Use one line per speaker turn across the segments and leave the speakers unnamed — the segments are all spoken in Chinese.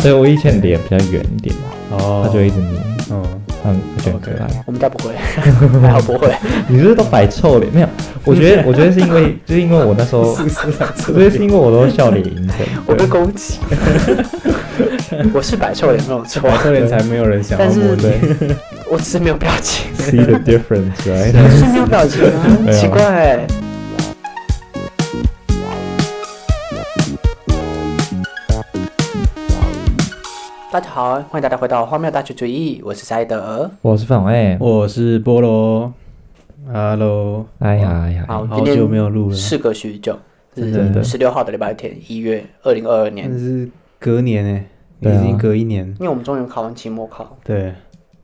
所以我以前脸比较圆一点，
哦
他就一直黏，
嗯，
嗯，我觉得很可
OK
爱。
我们家不会， 还好不会。
你是不是都摆臭脸？没有，我觉得我觉得是因为就是因为我那时候，
不是啊
我觉得是因为我都笑脸迎人，
我被攻击，我是摆臭脸没有错，
白色人才没有人想要
但是
摸对，
我只是没有表情，
See the difference,
我
right？
只是没有表情啊，
没有
奇怪、大家好，欢迎大家回到荒谬大学主义，我是赛德。
我是哎范伟，
我是菠萝，Hello，
哎呀哎呀，
好，
好
今天
久没有录了
事隔许久，
真
是
的
十六号的礼拜天，一月二零二二年，
但是隔年哎、
对啊
已经隔一年，
因为我们终于考完期末考，
对，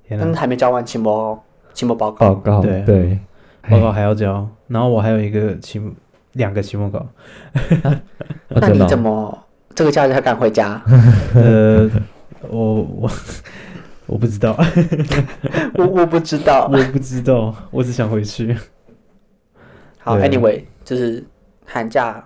天
但
哪
是，还没交完期末期末报告。
报告
对
对，哎
报告还要交，然后我还有一个期末，两个期 末考，
啊
那
真的
你
哦
怎么这个假日还敢回家？
呃，我我 我不知道，
我我不知道。
我不知道，我只想回去。
好
对
，anyway，就是寒假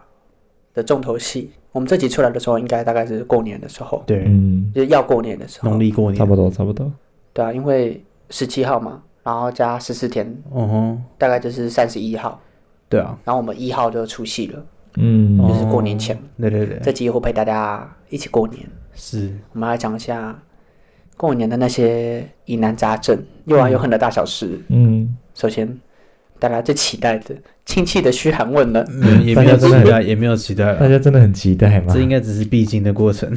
的重头戏。我们这集出来的时候，应该大概是过年的时候，
对，
嗯，
就是要过年的时候
农。历过年
差，不多差不多，
对啊，因为十七号嘛，然后加十四天，
哦吼，
大概就是三十一号。
对啊，
然后我们一号就出戏了，
嗯，
就是过年前
哦。对对对，
这集会陪大家一起过年。
是，
我们来讲一下过年的那些疑难杂症、又爱又恨的大小事。
嗯，
首先，大家最期待的亲戚的嘘寒问暖，
嗯也没
大
有
家真
期
的很
待，也没有期待
大
了，
家真的很期待嘛
这，应该只是必经的过程。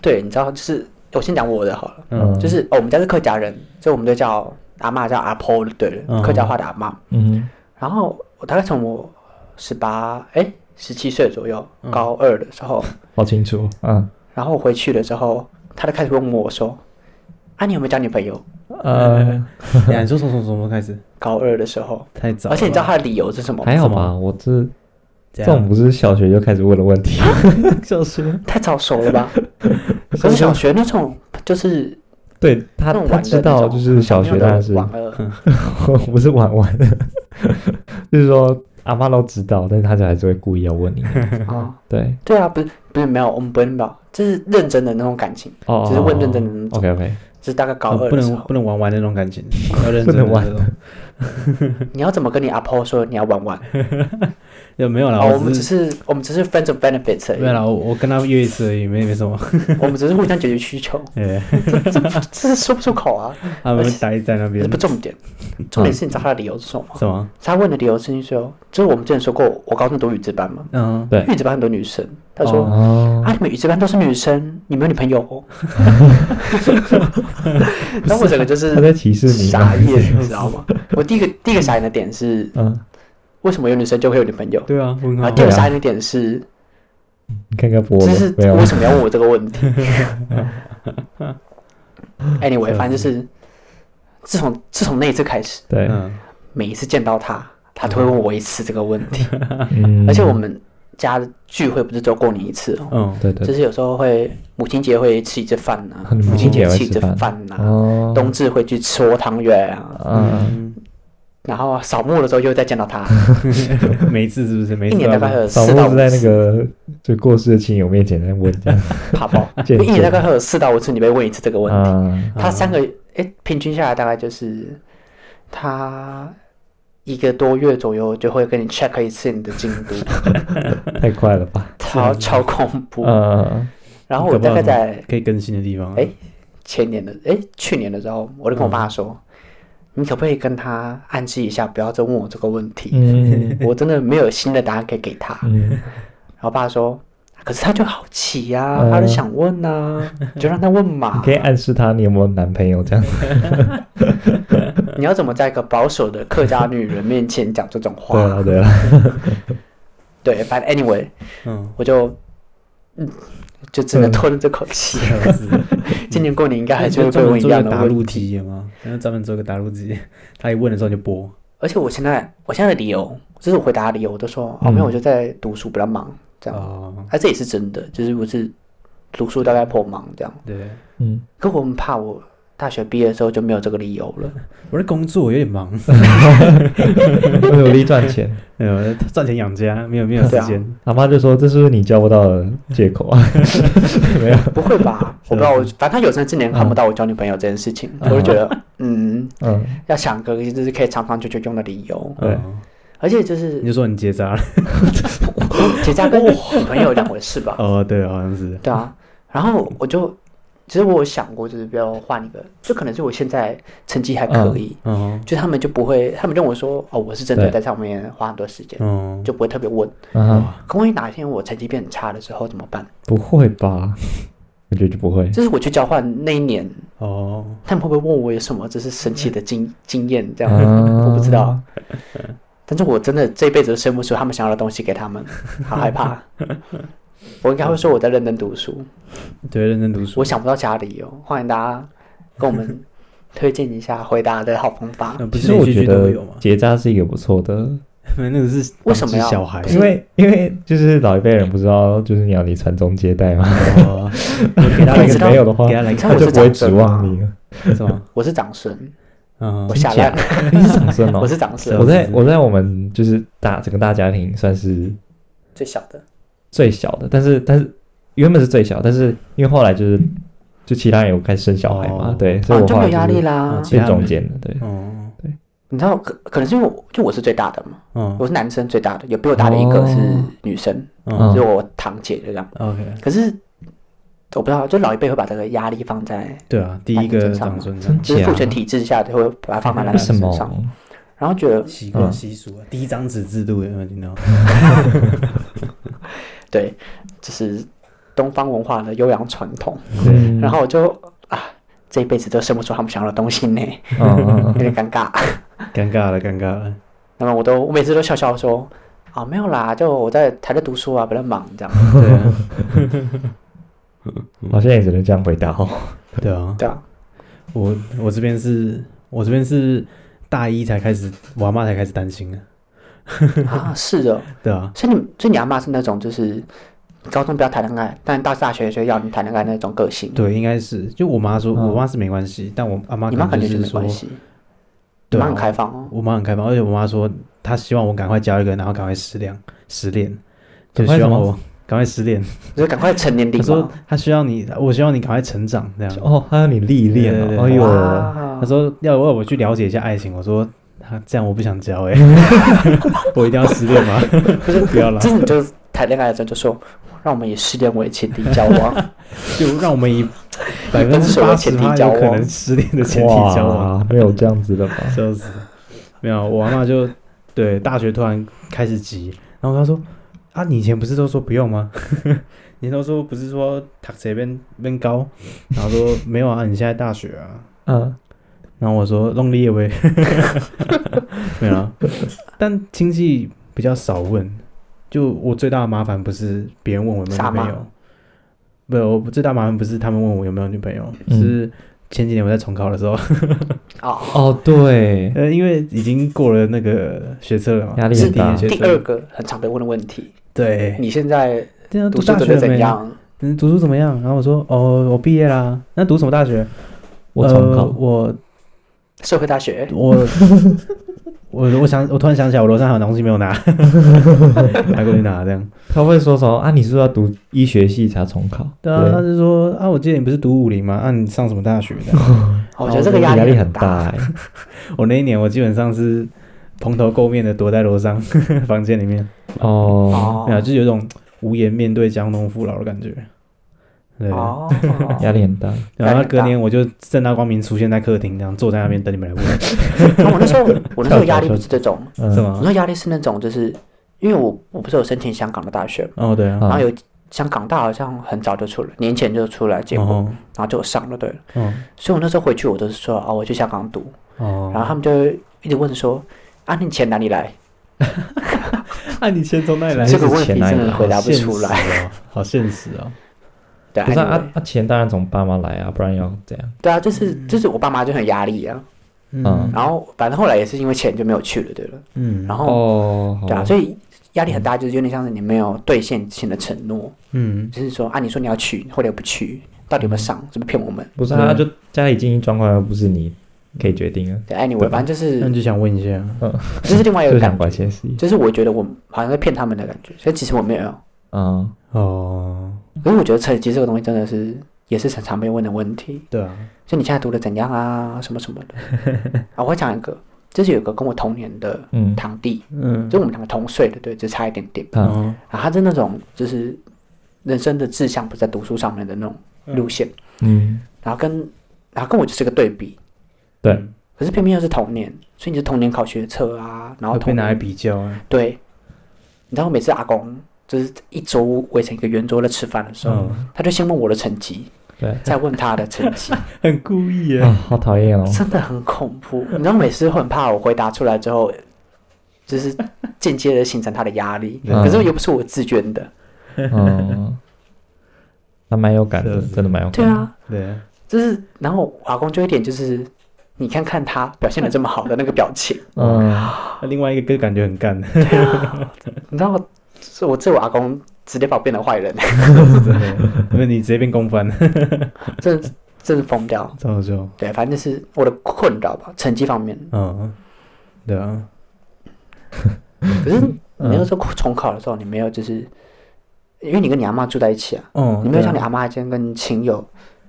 对，你知道，就是我先讲我的好了。
嗯，
就是、哦、我们家是客家人，所以我们就叫阿嬷叫阿婆就对了，
嗯
客家话的阿嬷。
嗯
然后我大概从我十八哎十七岁左右，
嗯
高二的时候，
哼，好清楚，嗯，
然后回去的时候，他就开始问我说：“啊，你有没有交女朋友
呃，
呀， 你说从从从什么开始？？”
高二的时候，
太早了，
而且你知道他的理由是什么吗？
还好
什
吧，我这这
这
种
样
不是小学就开始问的问题，
教 师
太早熟了 吧？ 可是小学那种就是
对他
那种
他
玩的
知
那
道
种
就是小学当然是
玩儿，
不是玩玩的，就是说阿妈都知道，但是他就还是会故意要 问你，
啊，
对，
对啊，不是不是没有，我们不会秒，就是认真的那种感情，
哦，
只是问认真的那种，
，OK OK，
就是大概高二
不
的时
能
候。
不能玩玩那种感情， 要认
不
真的
能玩
那种。
你要怎么跟你阿婆说你要玩玩？
也没有啦，
哦，我们
啊我
只
只是
是我们只是 friends of benefits 而
没有啦，
已，
我我跟他约一次而已，没没什么。
我们只是互相解决需求，
哎，
这是说不出口啊，
他们待在那
这
边
不重点，
嗯
重点是你知道他的理由是什么吗？
什么？
他问的理由是说，就是我们之前说过，我高中读语字班嘛，
嗯，
对
语字班很多女生，他说。
哦，
啊！你们语字班都是女生，你没有女朋友、 哦？ 然后我整个就是
他在歧视你吗
傻眼，你知道吗？我第一个第一个傻眼的点是，
嗯，
为什么有女生就会有女朋友？
对啊，问
啊，
号
第二个
对啊
傻眼的点是，
你看看波
就
罗
是
没有
为， 什么要问我这个问题 ？Anyway，反正就是，自从自从那一次开始，
对，
嗯，
每一次见到他，他都会问我一次这个问题。
嗯
而且我们家的聚会不是只有过年一次哦，
嗯，
对对
就
对，
是有时候会母亲节会吃一次饭呐、
啊你们
母亲
也会
吃一次
吃饭
饭呐、
哦，
冬至会去吃窝汤圆啊，
嗯，
然后扫墓的时候又再见到他，
每一次是不是？啊每
一
次
年大
都
概会
要
有
扫
四到
墓
五
是在那个就过世的亲友面前在问 这样，
爬包，
见
一年大概会有四到五次你被问一次这个问题。
啊，
他
嗯
三个哎，平均下来大概就是他一个多月左右就会跟你 check 一次你的进 度，
太快了吧，
超超恐怖。
嗯，
然后我大概在
可以更新的地方。啊
哎前年的哎
嗯
去年的时候，我就跟我爸说，你可不可以跟他暗示一下，不要再问我这个问题，
嗯
我真的没有新的答案可以给他。
嗯，
然后爸说。可是他就好奇呀、
嗯
他就想问呐、 你就让他问嘛
你。可以暗示他你有没有男朋友这样，
你要怎么在一个保守的客家女人面前讲这种话？
对啊对啊，
对，反正 anyway，
嗯，
我就嗯，就只能吞了这口 气。
嗯
今年过年应该还是会被
专
问
门
一
做
样
个
的
打
问
录
题。
机吗？然后专门做个打录机， 他一问的时候就播。
而且我现在我现在的理由，就是我回答的理由，我都说哦没有，我就在读书比较忙这
嗯
样。
哦，
哎，这也是真的，就是我是读书大概颇忙这样。
对，
嗯
可我很怕我大学毕业的时候就没有这个理由 了。
我在工作，有点忙，
我努力赚 钱。
没有赚钱养家，没有没有时
对啊
间。
阿妈就说：“这是不是你交不到的借口 啊？”没有，
不会吧？我不知道，我反正他有生之年看不
嗯
到我交女朋友这件事情，
嗯
我就觉得，嗯，
嗯，
要想个就是可以长长久久用的理由，
对
嗯，
而且就是
你就说你结扎了。
结扎跟女朋友两回事吧？
哦，对，好像是。
对啊，然后我就其实我有想过，就是不要换一个，就可能是我现在成绩还可以，
哦，
就他们就不会，他们认为说，哦，我是真的
对
在上面花很多时间，
哦，
就不会特别问。
啊，
可万一哪一天我成绩变很差的时候怎么办？
不会吧？我觉得就不会。
就是我去交换那一年，
哦，
他们会不会问我有什么就是神奇的经经验这样？
啊
我不知道，但是我真的这一辈子都生不出他们想要的东西给他们，好害怕。我应该会说我在认真读书，
对，认真读书。
我想不到其他理由。欢迎大家跟 我们推荐一下回答的好方法。
呃那不
其
是
实
连
我
续
觉
剧都有
得
吗？
结扎是一个不错的，
那个是
为什么要
当小孩？
因为因为就是老一辈人不知道，就是你要你传宗接代嘛。
哦
给
他一个没有的话
给，他来
你
看
看我
就是不会
长
指
孙
望
嘛，
你了。
是吗？
我是长孙，
嗯
我，下
真
来
假，你是长孙
我
哦。
是长孙
是，
我在我在我们就是大整个大家庭算是
最小的。
最小的，但是但是原本是最小，但是因为后来就是就其他人有开始生小孩嘛，
哦
对，所以
哦，
我
就
后来
没有压
就
力
是
啦
嗯。其
变
他
中
没
间的，对。
哦，
你知道，可可能是因为我就我是最大的嘛，
嗯
我是男生最大的，有比我大的一个是
哦
女生，
嗯
就我堂姐这样。
，OK，
可是我不知道，就老一辈会把这个压力放在
对啊，第一个长孙上
就是父
假
权体制下的，会把它放在男
啊为
人
什
身
么？
上，然后觉得
习惯
嗯
习俗啊，第一张纸制度有没有听到？
对，这是东方文化的悠扬传统。
对，
嗯
然后我就啊，这一辈子都生不出他们想要的 东西呢，
嗯嗯
有点尴尬。
尴尬了，尴尬了。
那么我都我每次都笑笑说啊，没有啦，就我在还在读书啊，比较忙 这样。
对啊，
嗯， 好像也只能这样回答哦。
对啊，
对啊，
我我这边是，我这边是大一才开始，我阿妈才开始担心啊。
啊是的，
对啊，
所以你所以你阿妈是那种就是高中不要谈恋爱，但到大学就要你谈恋爱那种个性。
对，应该是，就我妈说，
嗯
我妈是没关系，但我阿妈
你妈
可
感
能
觉就
就是
没
说
关，系，你
对
妈
啊
很开放哦。
我妈很开放，而且我妈说她希望我赶快交一个，然后赶快失恋，失恋，就
赶快
希望
什么
我赶快失恋。
你就赶快成年
她
龄哦
说
嘛。
她需要你，我希望你赶快成长，这样。
哦，还有你历练
对对
哦，
对
哎呦，
哇
她 说要我我去了解一下爱情，我说她这样我不想交哎、 我一定要失恋吗？
不是
不要啦
这你就谈恋爱的时候就说，让我们以失恋为前提交往，
就让我们以 百分
分
之
手的
八
前
十
提
有
交
可
往
能失恋的前提啊交往。
哇，没有这样子的吧？
笑死！没有，我阿妈就对大学突然开始急，然后她说：“啊，你以前不是都说不用吗？ 你都说不是说读谁边边高？”然后说：“没有啊，你现在大学啊。
嗯，”
然后我说：“弄你也 喂。”没有、啊，但亲戚比较少问。就我最大的麻烦不是别人问我有没有
傻
女
吗
朋友，不，我最大麻烦不是他们问我有没有女朋友，
嗯
是前几年我在重考的时候，
哦，
哦，对，
呃，因为已经过了那个学测了嘛，
压力
是
很
第一
大
年学
第
测
二，个很常被问的问题，
对，
你现在
对啊，
读
读
书
大学
准备
了
怎
没？
样？
嗯，读书怎么样？然后我说，哦，我毕业啦。那读什么大学？
我重
呃
考，
我
社会大学
我我我想，我突然想起来，我楼上还有东西没有拿，拿过去拿这样。
他会说什么啊？你是不是要读医学系才重考？
对啊，他就说啊，我记得你不是读武林吗？啊，你上什么大学的？
哦我觉得这个
压
力
很
大。
大，哎，
我那一年我基本上是蓬头垢面的躲在楼上房间里面，
哦，
哦
嗯没有，就是有一种无颜面对江东父老的感觉。对，
哦，
压力很大，
然
压
后
力
隔
大
年我就正大光明出现在客厅，这样坐在那边等你们来问，
然后我那时候我那时候压力不是这种，
是
嗯，
我
吗
那时？候压力是那种，就是因为我我不是有申请香港的大学嘛，
哦，对啊，
嗯
然后有香港大好像很早就出来，年前就出来结果，
哦
然后就上了对了，
哦
所以我那时候回去我都是说啊，我去香港读，
哦，
然后他们就会一直问说啊，你钱哪里来？
那啊你钱从哪里来？
这个问
是
题
钱
真
哪里来
的回答不出来。
来，好现实哦。
对，
不是啊
anyway
啊，啊钱当然从爸妈来啊，不然要怎样？
对啊，就是就是我爸妈就很压力啊，
嗯
然后反正后来也是因为钱就没有去了，对了，
嗯
然后
哦，好
对啊，所以压力很大，就是有点像是你没有兑现之前的承诺，
嗯
就是说啊，你说你要去，后来又不去，到底有没有上，是不是骗我们？
不是
对
啊，
啊
就家里经营状况又不是你可以决定的，
对，anyway，反正就是
那你就想问一下，
这是另外一
啊嗯就
个
想
感
管
觉，
闲事。
就是我觉得我好像在骗他们的感觉，所以其实我没有。
嗯，
哦，
可是我觉得成绩这个东西真的是也是常常被问的问题，
对啊，
就你现在读的怎样啊，什么什么的。 啊，我讲一个，就是有一个跟我同年的
嗯
堂弟，
嗯，
就我们两个同岁的，对，只差一点点。
啊，
哦
然后他是那种就是人生的志向不是在读书上面的那种路线，
嗯，
然后跟然后跟我就是个对比，
对，
嗯
可是偏偏又是同年，所以你是同年考学测啊，然后
会被
同
拿来
年
比较啊，
对，你知道我每次阿公就是一周围成一个圆桌在吃饭的时候，
嗯，
他就先问我的成绩，
对，
再问他的成 绩，
很故意
啊，
嗯
耶，
好讨厌哦，
真的很恐怖。你知道每次会很怕我回答出来之后，就是间接的形成他的压力，
嗯
可是又不是我自愿的，
嗯，那蛮有感的，真的蛮有
对
感的。
啊，
对啊，
就是然后我阿公就一点就是。你看看他表现的这么好的那个表情，
嗯，
那另外一个更感觉很 干，
你知道，是我这我阿公直接把我变成坏人，
真的，因为你直接变公翻，
真的真的疯掉。
超好笑，
对，反正就是我的困扰吧，成绩方面。
嗯，对啊，
可是你
嗯
那个时候重考的时候，你没有就是，因为你跟你阿妈住在一起啊，
哦，
你没
对
有
啊
像你阿妈今天跟亲友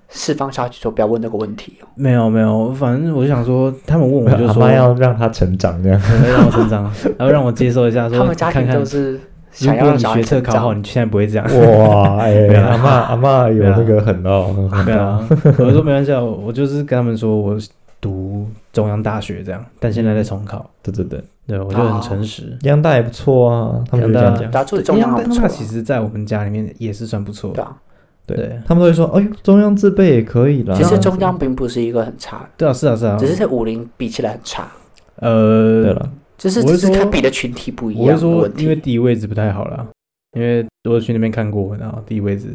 释放消息说不要问这个问题哦。
没有没有，反正我就想说，他们问我就
阿
说，
妈要让他成长这样。
可能会让我成长，然后让我接受一下，说
他们家
看
庭
看
都，是
如
想要
果
让
你
小
学
孩
测
成
考好，
长。
你现在不会这样。
哇，哎、
对啊
阿妈阿妈有那个很哦，很好
对啊， 我就说没关系啊，我就是跟他们说我读中央大学这样，但现在在重考，
对对对，
对我就很诚实。
央大也不错啊，他们就这样讲，
对啊，住啊中央
因
还
为
不
中
错
大
啊，
其实在我们家里面也是算不错
对。啊。
对
对，
他们都会说，哎呦，中央自备也可以啦。
其
嗯
实中央并不是一个很差，
对啊，是啊是啊
只，是在武林比起来很差，
呃，
对 了，
就是
我
只
是
是
说
看比的群体不一
我
样
是
的
说
问，
因为
题。
地理位置不太好啦，因为我去那边看过，然后地理位置，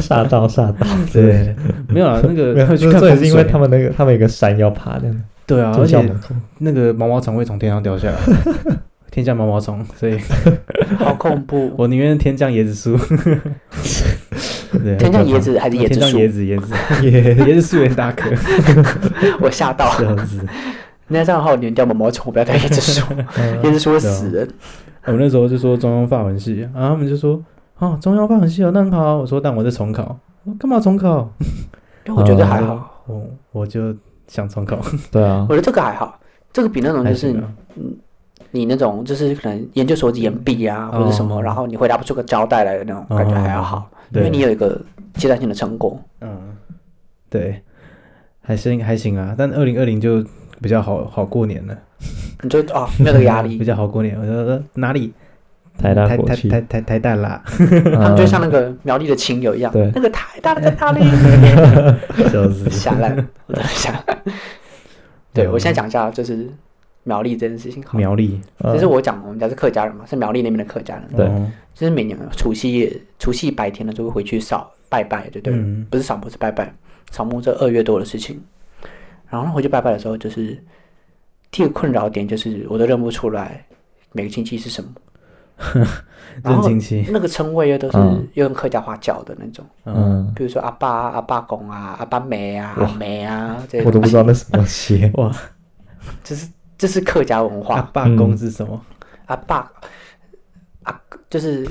吓到吓到，
对，没有 啦，那
没
个
有，
会去
这
看
这也
风
是
水，
因为他们那个他们有一个山要爬这样，
对啊，
住
而
校
且
门口，
那个毛毛虫会从天上掉下来， 天降毛毛虫，所以
好恐怖！
我宁愿天降椰子树。 对
天降椰子还是椰
天
子
降
树
椰，子， 椰子，
耶，
椰子树也很大棵，
我吓到。
这样子。
那这样的话，我连掉毛毛虫，我不要带椰子树，
嗯
椰子树会死
哦
人。
我们那时候就说中央法文系，然啊后他们就说哦，中央法文系哦，那很好啊。我说但我在重考，我说干嘛重考？
因为我觉得还
嗯
好，
我我就想重考，
对啊
我，觉得这个还好，这个比那种就
还
是
行啊
你那种就是可能研究所研毕啊或者什么，
哦
然后你回答不出个交代来的那种感觉还要好，因
对，
为你有一个阶段性的成果。
嗯，对，还行还行啊。但二零二零就比较好好过年了，
你就啊，没有这个压
比
力，
较好过年。我就说呃哪里
台大
台
国
台
际，
台台台大啦，
他
他
嗯
们就像那个苗栗的亲友一样
嗯对，
那个太大了，在 哪里？
笑死。
下来，我真的下烂。对我现在讲一下就是苗栗这件事情好了，
苗栗，
就是我讲我们家是客家人嘛，是苗栗那边的客家人，
对
哦
就是每年除夕夜、除夕白天呢就会回去扫拜拜，对不对？
嗯
不是扫墓，是拜拜。扫墓这二月多的事情，然后呢回去拜拜的时候，就是第一个困扰点就是我都认不出来每个亲戚是 什么，然
认
后
亲戚，
那个称谓又都是
嗯
用客家话叫的那种，
嗯，
嗯，
比如说阿爸啊、阿爸公啊、阿爸妹啊、
哇
阿妹啊这
我都
种
不，知道那什么鞋，
哇，
就是这是客家文
阿
啊
化，
啊爸公是什么？
阿爸。阿就是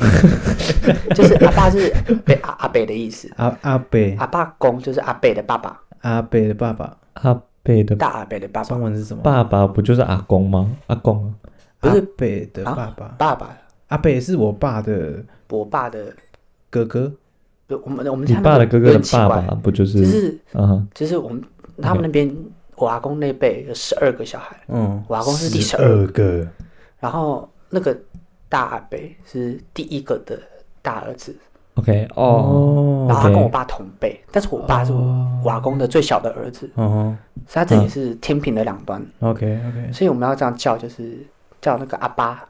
就是阿爸是北阿阿北的意思，
阿啊阿北，
阿爸公就是阿北的爸爸，
阿北的爸爸，
阿贝的
大阿北的爸爸
中，文是什么？
爸爸不就是阿公吗？阿公啊，
不是
阿北的爸爸，
爸爸，
阿北是我爸的
我爸的，
哥哥。
不我们我们
你
家那
爸的
个
哥哥
有
的
点奇
爸
怪
爸嗯不就
就是是
嗯
就是我们他们那边我阿公那辈有十二个小孩，
嗯，
我阿公是第十二
二个。
然后那个大阿伯是第一个的大儿子，
？OK 哦，
然后他
OK 哦
跟我爸同辈，但是我爸是我我阿公的最小的儿子，
哦
所以他这也是天平的两端，
嗯
，OK OK，
所以我们要这样叫，就是叫那个阿爸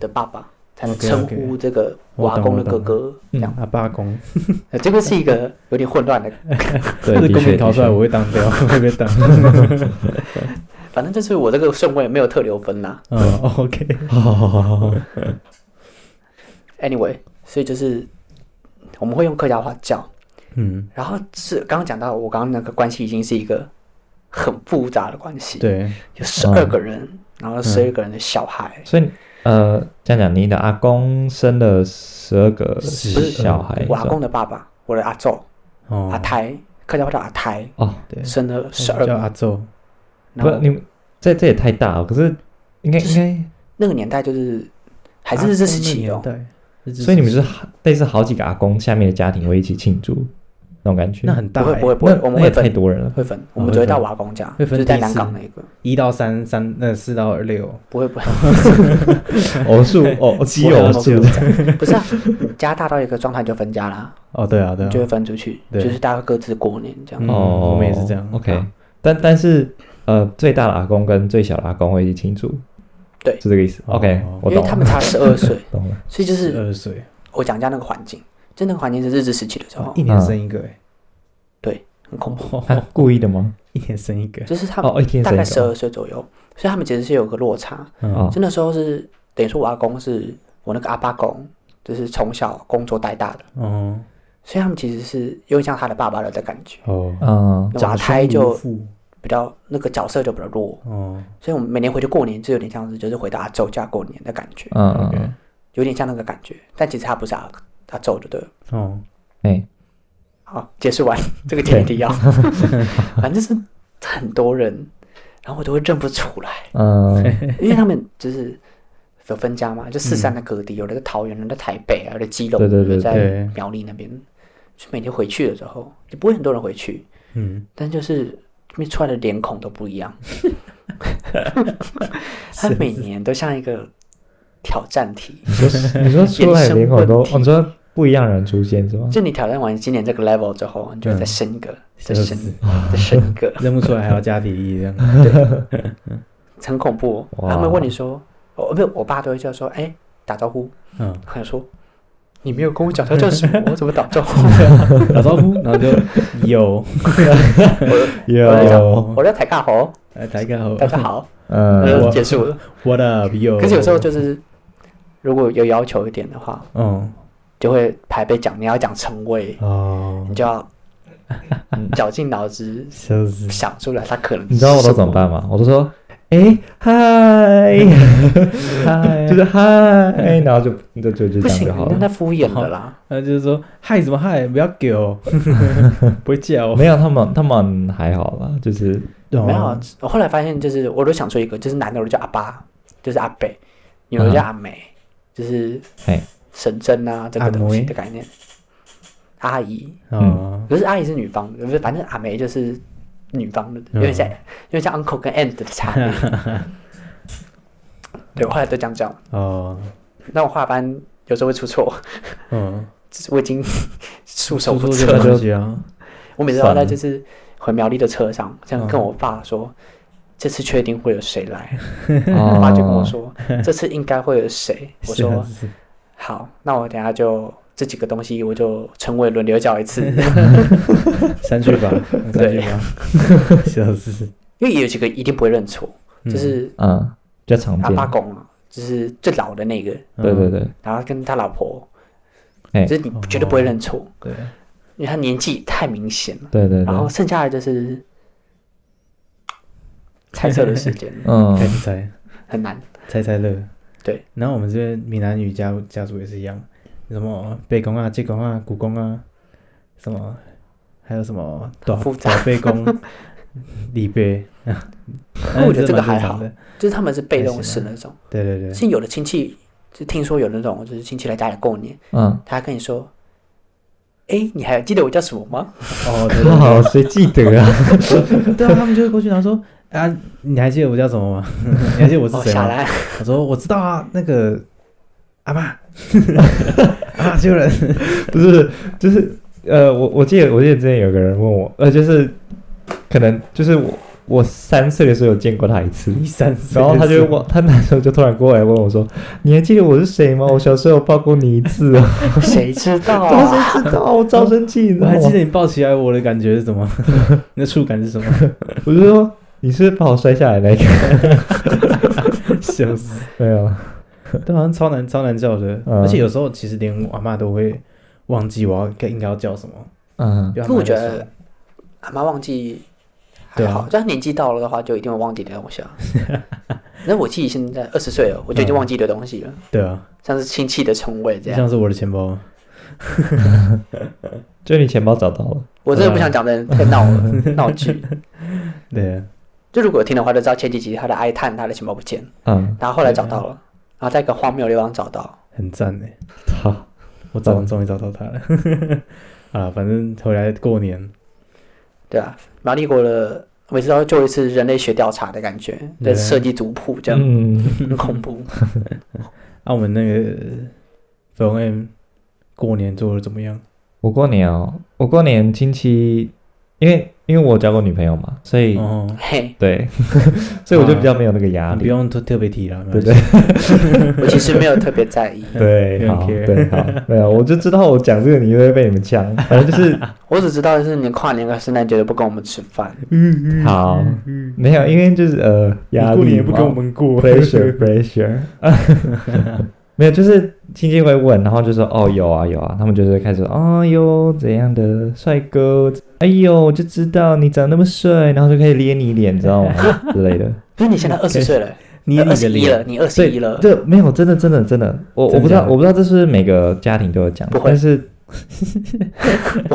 的爸爸。才能
OK，OK
称呼这个我阿公的哥哥，这样，
阿爸公，
嗯
呃这个是一个有点混乱的
对，
这
的
公
确
民考出来
的确
我会当掉，会被当。
反正就是我这个顺位没有特留分啦。
嗯，OK，
哦
Anyway，所以就是我们会用客家话叫，
嗯，
然后是刚刚讲到，我刚刚那个关系已经是一个很复杂的关系，，
对，
有十二个人，然后十二个人的小孩，
嗯
所以呃，这样讲，你的阿公生了十二个
十
小孩，
我阿公的爸爸，我的阿昼、
哦，
阿胎，客家话叫阿胎，
哦，
对，
生了十二
叫
个
阿，宙，
然
不
后，
你们这这也太大了，可是应该应该，
那个年代就是还是日治时期哦
阿，宙那年代，日治时期
所以你们是好类似好几个阿公下面的家庭会一起庆祝那种感觉，
那很大
不
欸，
会不
那
会不会，我们
那也
会
太
分
多人了，
会分，我
哦
们
会
只会到
分
瓦工家，
会
就
分
是在
地
南港
址
那个，
一到三三那四到六，
不会不会，
偶数 偶奇偶数，
不是啊， 你家大到一个状态就分家啦，
哦，对啊对
就
啊
会，分出去，
对
就是大家各自过年这样。
嗯
哦，
我们也是这样
OK，但但是呃，最大的阿公跟最小的阿公会一起庆祝，
对
是这个意思。
哦
OK，我
因为
懂
他
了，
们差十 二岁，
懂了。
所以就是
二岁，
我讲一下那个环境，就那个环境是日治时期的时候
一，哦年生一个欸，
很恐怖，
他啊故意的吗？
一年生一个，
就是他们
哦，一天
大
生一
概十
个
二岁左右，所以他们其实是有个落差。
哦，
就那时候是等于说我阿公是我那个阿爸公，就是从小工作带大的，
哦
所以他们其实是有点像他的爸爸了的感觉。
哦，
嗯，
那我阿
长
胎
兄如
就
父
比较那个角色就比较弱，
哦，
所以我们每年回去过年就有点像是就是回到阿昼家过年的感觉，
嗯嗯
OK
嗯，
有点像那个感觉，但其实他不是阿阿昼就对了。
哦，
哎，
好，结束完 这个前提要，啊反正是很多人，然后我都会认不出 来，
嗯，
因为他们就是有分家嘛，就四散的各地，有的在桃园，有的在台北，有的在基隆，
嗯对对对
有的在
对
苗栗那边。就每天回去的时候，就不会很多人回去，
嗯，
但就是因为出来的脸孔都不一 样。他每年都像一个挑战题，
你说出来脸孔 都，哦你说不一样的人出现是吗？
就你挑战完今年这个 level 之后，你就会再
嗯
升一个，再
笑
升
死，
再升一个，
认不出来还要加体力这 样，
很恐怖、哦。
哇
他们问你说，哦，不，我爸都会叫说，哎，打招呼。
嗯，
他说，你没有跟我讲他 叫什么，我怎么打招呼？
打招呼，然后 就有，
有，
我叫台尬猴，
哎，大家好，
大家好，
嗯，
然后
我
结束了。
，What up，有，
可是有时候就是，如果有要求一点的话，
嗯，
就会排辈讲，你要讲称谓，
哦
你，就要绞尽脑汁
笑死，
想出来，他可能
你知道我都怎么办吗？我都说，哎， 嗨，
嗨
就是嗨，然后就就就就这
是什么？不
样就
行
好，
那
了。
他敷衍的啦。
那就是说嗨什么嗨，不要给 哦，不会叫哦，
没有，他们他们还好啦，就是
没有啊，我后来发现就是我都想出一个，就是男的我就叫阿爸，就是阿北，女
啊
的我就叫阿美，就是
哎
神针啊这个东
阿
西
梅
的概念。阿姨，
哦，
不是阿姨是女方的，不是，反正阿梅就是女方的，
嗯
有点像，有点像 uncle 跟 aunt 的差 别。对，我后来都这样讲，
哦，
那我画班有时候会出错，
嗯，
就是我已经 束手
叔
无
叔这
策
个
个
就
东西 啊，
我每次
算
都
了
在就是回苗栗的车上，这样跟
嗯
我爸说，这次确定会有谁来，我
我
爸就跟我 说，这次应该会有谁。我
哦是啊
说
是
好，那我等下就这几个东西我就称谓轮流叫一 次，
三句法，三句
对
法， 笑死，
因为有几个一定不会认错，
嗯
就是
嗯，比较常
阿
见。
爸嗯公啊，就是最老的那个，
嗯
对对对，
然后跟他老婆，
哎
就是你绝对不会认错，
哦对，
因为他年纪太明显了。
对对对
然，后剩下的就是猜测的时 间
嗯
开，始猜
很难，
猜猜乐，
对，
然后我们这边闽南语家家族也是一样，什么北宫啊、济公啊、古公啊，什么还有什么大
复杂
大背公、 李贝，哎
那我觉得这个还好
蛮正常的，
就是他们是被动式那种。
对对对，
像有的亲戚就听说有那种，就是亲戚来家里过年，
嗯，
他跟你说：“哎，你还记得我叫什么吗
哦，对对对
好，谁记得啊？
对啊，他们就会过去，然后说啊，你还记得我叫什么吗？ 你还记得？”我是
哦，
谁
小
吗？
兰，
我说我知道啊，那个阿妈， 阿妈救人，
不是，就是呃，我我记得我记得之前有个人问我，呃，就是可能就是我我三岁的时候有见过他一 次。
你三岁
然后他
的时
就
候
问，他那时候就突然过来问我说：“你还记得我是谁吗？我小时候有抱过你一次 哦。
谁知道”
我
啊？
谁知道？我超生气，你知道
我还记
吗？
得你抱起来我的感觉是什么？ 你的触感是什么？
我就说你是不是把我摔下来那个，
笑死！
没有，
对，好像超难超难叫的，
嗯
而且有时候其实连我阿妈都会忘记我要该应该要叫什么。
嗯，
就还
因为
蛮
我觉
有
得阿妈忘记还
对啊
好，但年纪到了的话，就一定会忘记的东 西啊。那我自己现在二十岁了，我就已经忘记的东西了，
对啊，
像是亲戚的称谓这
就
样。
像是我的钱包，
就你钱包找到了，
我真的不想讲的太闹了，
啊
闹剧。
对啊，
就如果有听的话，就知道前几集他的哀叹他的钱包不见，
嗯，
然后后来找到了，
啊
然后在一个荒谬的地方找到。
很赞哎，
好，
我早上
嗯
终于找到它了， 啊，反正回来过年，
对啊，马立国的每次都要做一次人类学调查的感觉，在
对
设计族谱这样，
嗯，
很恐怖。
啊，我们那个粉红 M 过年做的怎么样？
我过年哦，我过年亲戚，因为因为我交过女朋友嘛，所以、
哦，
嘿，
对， 所以我就比较没有那个嗯压
你不
力，
用特特别提了，没
对
关
不
系
对？
我其实没有特别在意，
对，
不用
好，
care
对，好，没有，我就知道我讲这个你就会被你们呛，反正就是
我只知道是你跨年和圣诞节都不跟我们吃饭，
好，没有，因为就是呃压
你
力
过年也不跟我
嘛
们 过，
pressure pressure，没 有，就是亲戚会问，然后就说哦有啊有啊，他们就是会开始哦哟怎样的帅哥，哎呦我就知道你长那么帅，然后就开始捏你脸，你知道吗之类的。
不是你现在二十岁了，
捏
二
你
十
的
一了，
脸，
你二十
对
一了，
这没有真的真的真的，我我
真的
不知道
假的
我不知道这是不是每个家庭都有讲，
不会
但是
不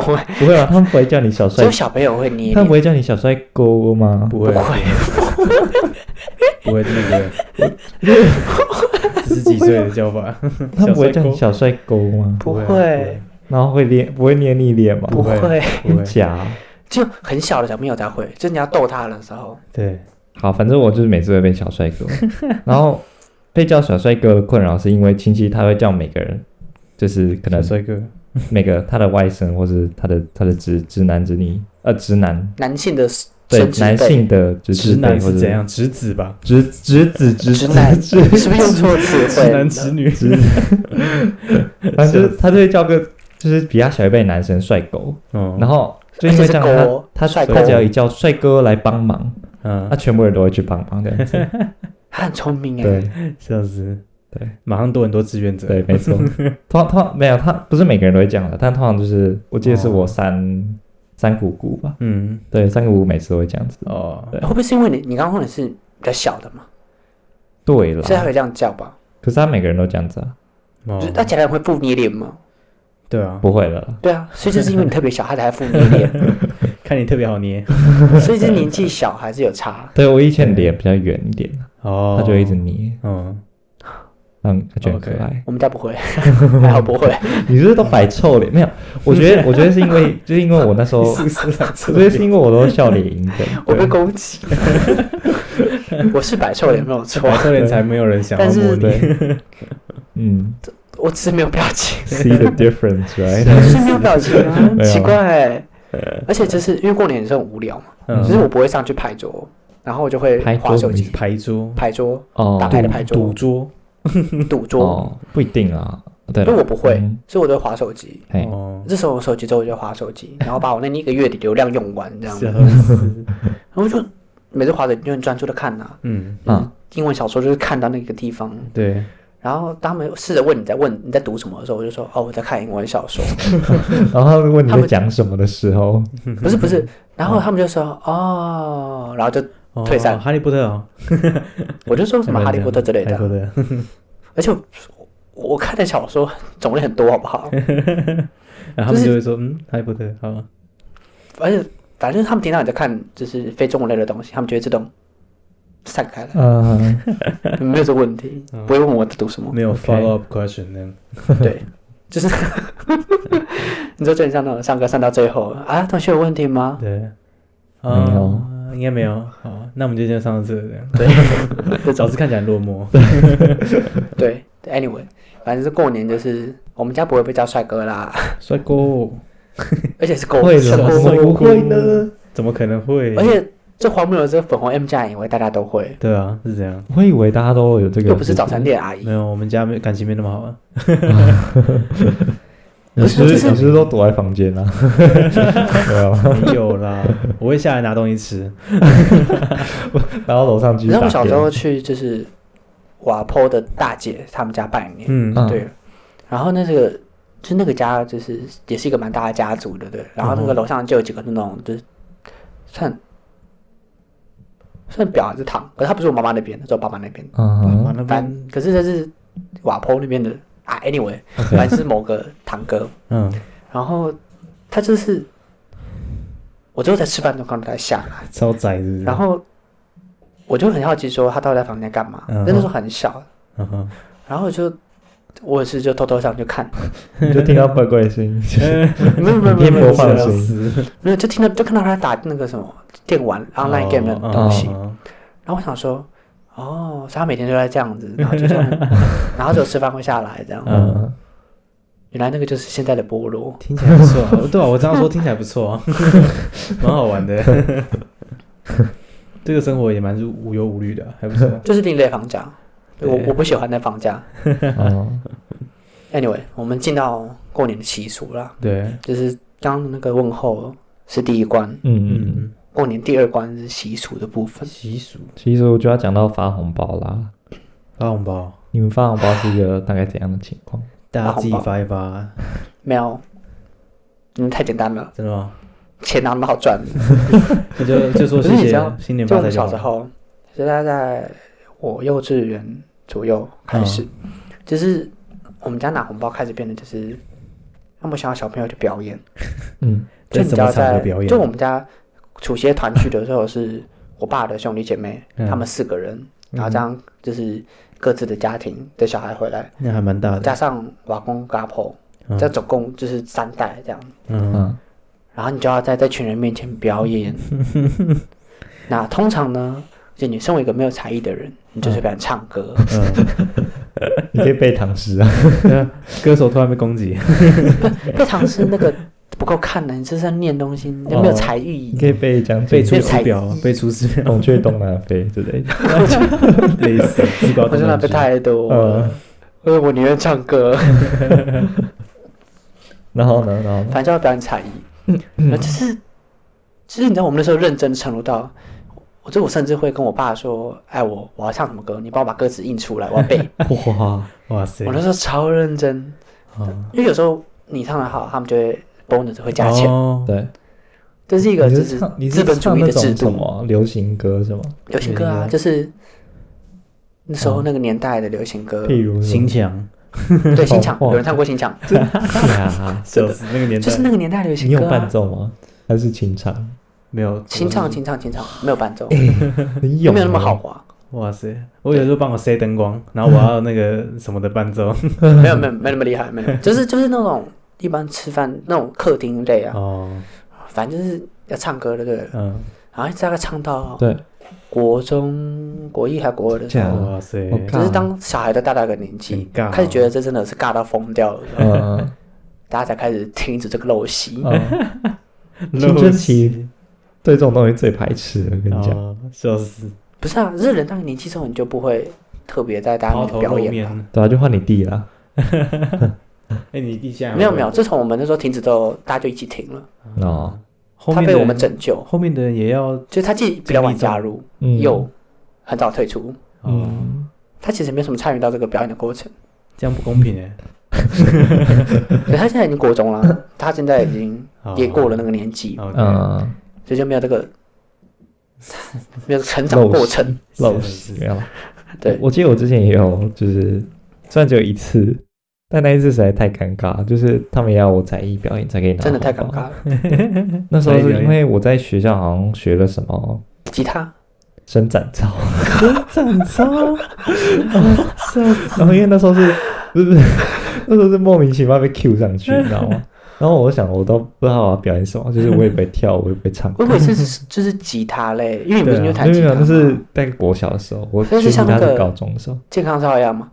会，
不会吧？他们不会叫你小
只
帅
有，小朋友会捏
他们不会
你，
叫你小帅哥吗？
不
不
会
会，
不会那个， 十几岁的叫法，
他们不会叫你
小
小帅哥吗？
不
会
会，
然后会捏不会捏你脸吗？
不
会
会，
不会，
假。
就很小的小朋友才会，就是你要逗他的时候，
对，
好，反正我就是每次会被小帅哥，然后被叫小帅哥的困扰是因为亲戚他会叫每个人，就是可
小
能
帅哥，
每个他的外甥或是他的他的直直男直女呃直男
男性的
对
生殖
男
辈
性的直
直男
或
是
者
怎样？直子吧，
直直子直
直 男，
直
你是不是用错词
直
汇了
男？直女，
反正就是他就会叫个就是比他小一辈的男生帅狗，
哦，
然后就因为这样
而且是狗哦
他他
帅
他只要
狗
一叫帅哥来帮忙，
嗯
他，全部人都会去帮忙这样 子，
他很聪明哎
对。，
笑死，
对，
马上多很多志愿者，
对，没错。通通没有他，不是每个人都会这样的，但通常就是我记得是我
哦
三、三姑姑吧，
嗯，
对，三姑姑每次都会这样子。
哦，
对
会不会是因为你你刚刚说你是比较小的嘛，
对啊啦，
所以他会这样叫吧？
可是他每个人都这样子啊，
就是
哦，
那家人会不捏脸吗？
对啊，
不会了啦，
对啊，所以就是因为你特别小，他才会不捏脸，
看你特别好捏，
所以这年纪小还是有差。
对我以前脸比较圆一点，
哦，
他就一直，捏，
嗯，
嗯，他觉得很
OK
可爱。
我们家不会， 还好不会。
你是不是都摆臭脸？没有，我觉得我觉得是因 为就是因为我那时候，
是
我
不是长这
觉得是因为我都笑脸迎人，
我被
对
攻击， 我是摆臭脸没有错，
白色人才没有人想要
但是
摸你，
对，嗯
我只是没有表情，
，see the difference
我
right？
是没有表情啊，
没有
奇怪欸、而且就是因为过年的时候很无聊嘛，
嗯
其实我不会上去拍桌，然后我就会
拍桌
划手
你
机、
牌桌、
拍桌、
哦
啊打牌的牌
赌
桌、
桌，
赌桌，
哦，不一定啊，对
因
啦，
为我不会
嗯，
所以我都会划手机。
嘿，
哦，
这时候我手机之后我就划手机，然后把我那一个月的流量用完，这样，
笑
啊
然
死，
后就每次划手机就很专注的看呐、
嗯，
嗯，
英文小说就是看到那个地方，
对，
然后他们试着问你在问你在读什么的时候，我就说哦我在看英文小说，
然后他问你
他
在
们
讲什么的时候，
不是不是，然后他们就说哦，然后就
哦
退散
哈利波特哦，
我就说什么哈利波特之类
哈利波
的，
特，
而且我我看的小说种类很多，好不好？
然后他
就
们
是
就会说，嗯，哈利波特，好，
而且反正他们听到你在看就是非中文类的东西，他们就会自动散开 了，
嗯，
没有这个问题，不会问我在读什么。
没有
OK
follow up question 那样，
对，就是 你说就很像那种上课上到最后啊，同学有问题吗？
对，
没有
哦，应该没有，好，那我们就先上到这这样，
对，这
老
种
师看起来很落寞，
对，anyway，反正是过年就是我们家不会被叫帅哥啦，
帅哥，
而且是狗
会
什
了，
么
怎么
我
不会呢？
怎么可能会
而？且最荒谬的是，粉红 M 家以为大家都会，
对啊，是这样。
我以为大家都有这个，
又不是早餐，店阿姨
没。有，我们家没感情没那么好啊。
你是不
就是
是你是不是都躲在房 间啊？没有，
没有啦，我会下来拿东西吃。
然后楼上继
你
续
知道我
打
小
电
时候去就是瓦坡的大姐他们家拜年，
嗯
嗯
对，然后那个就是那个家就是也是一个蛮大的家族的，对。然后那个楼上就有几个那种就是算算表还是堂，可是他不是我妈妈那边，他是我爸爸那边。
嗯
妈
哼
那
反
边，
可是这是瓦坡那边的啊，anyway，
，OK，
反正是某个堂哥。
嗯，
然后他就是我最后在吃饭的时候看到他下来，
超窄是不
嗯
是？
然后我就很好奇说他到底在房间干嘛？
嗯
那那时候很小，
嗯哼，
然后我就我也是就偷偷上去 看，
你就听到怪怪的声 音，
没有没有没
你
有
可
没
以播
有
放
没
的
有
声音
死
没有就听到就看到他打那个什么电玩 online game 的
嗯
东西，
哦
然后我想说。哦，所以他每天都在这样子，然后 就这样，然后只有吃饭会下来这样。
嗯，
原来那个就是现在的菠萝，
听起来不错啊， 对啊，我这样说听起来不错啊，蛮好玩的。 这个生活也蛮无忧无虑的，还不错。
就是另类房价。
对
我我不喜欢那房价。
哦，
Anyway，我们进到过年的习俗啦，
对，
就是刚那个问候是第一关，
嗯，
嗯，
过年第二关是习俗的部分。
习俗
其实我就要讲到发红包啦。
发红包，
你们发红包是一个大概怎样的情况？
大
发
家自
红
己
包
发一发，
没有，嗯，太简单了，
真的吗？
钱哪那么好赚？
那就就说
可
谢
是你知道
谢，新年
就
发
我
财
们
就
小时
好。
候，就大概在我幼稚园左右开始，
嗯
就是我们家拿红包开始变得就是，他们想要小朋友去表演，
嗯，
就
在
你
什
知道
么场
在
合表演？
就我们家楚些团去的时候是我爸的兄弟姐妹，
嗯
他们四个人，然后这样就是各自的家庭的小孩回来，
那还蛮大的，
加上瓦工跟阿婆，
嗯
这样总共就是三代这样。
嗯，
嗯，
然后你就要在这群人面前表演。那通常呢，就你身为一个没有才艺的人，你就是表演唱歌，
你可以背唐诗啊。
嗯 歌手突然被攻击，
非常是那个 不够看的，你就是在念东西，你没有才艺
你。可以背讲
被
背
出
出
没有才
师表， 被出师表，
孔雀东南飞之类的。
类似自高
我
中
真的被太多
呃嗯
了，因为我宁愿唱歌，
然后呢，然后呢
反正就要表演才艺。那就是， 就是你知道，我们那时候认真程度到，我就我甚至会跟我爸说：“哎，我我要唱什么歌，你帮我把歌词印出来，我要背。
哇，
哇塞”
我，那时候超认真，
哦
因为有时候你唱的好，他们就会 bonus 会加钱。
哦
对，
这是一个
你
就是是
唱你是
资本主
唱
义
那
的制
种什
度，
么啊流行歌是吗？
流行歌啊，
对
就是那时候那个年代的流呃行歌，
哦
啊
譬如什
心
么
墙，
对新抢，
哇
有人唱过新抢，
对啊，
笑死那个年代
就是那个年代的流行
你有
歌
伴
啊。
奏吗？还是清唱？
没有
清唱，清唱，清
哦
唱，没有伴奏，
哎你
没
有
有
欸
那么好 滑，
哇塞！我有时候帮我塞灯光，然后我要那个什么的伴奏
没有没有没那么厉害，没有，就是就是那种一般吃饭那种客厅类啊，
哦，
反正就是要唱歌的对了。
嗯，
然后大概唱到
对，
国中国一还国二的时
这样
候，
哇塞，
我尬
就是当小孩都大到一个年纪
很，尬哦
开始觉得这真的是尬到疯掉了，
嗯
大家才开始停止这个陋习。
嗯，青春期对这种东西最排斥，我跟你讲。
哦，笑死，
不是啊，就是人到了年纪之后，你就不会特别在大家
抛
面前
头
表
露
演了。
面，
对啊，就换你弟啦。
哎，你地下
没有没有，，自从我们那时候停止之后，大家就一起停了。
哦，
后
他
面
被
的
我们
人
拯救，
后面的人也要哦
就是他既比较晚加入，
嗯，
又很早退出，
哦，
嗯，
他其实没什么参与到这个表演的 过程。
这样不公平哎，
可是他现在已经国中了，他现在已经
哦
也过了那个年纪，
，OK，
嗯，
所以就没有这个没有成长 过程。
陋
是
习没有啦。
对
我记得我之前也有，就是虽然只有一次，但那一次实在太尴尬，就是他们要我才艺表演才可以拿，
真的太尴尬。了。
哦
那时候
才艺
是
表演
因为我在学校好像学了什么
吉他，
伸展操，
展昭，
然后因为那时候是不是不是 那时候是莫名其妙被 Q 上去，你知道吗？然后我想，我都不知道我要表演什么，就是我也不会跳，我也不会唱。
我以为是就是吉他 类，因为你不
对啊
是就
没
弹
有
吉
没
他
有，
吗？
那是在国小的时候，我
所以
学
是
吉
像那
他
个
是高中的时候，
健康操一样吗？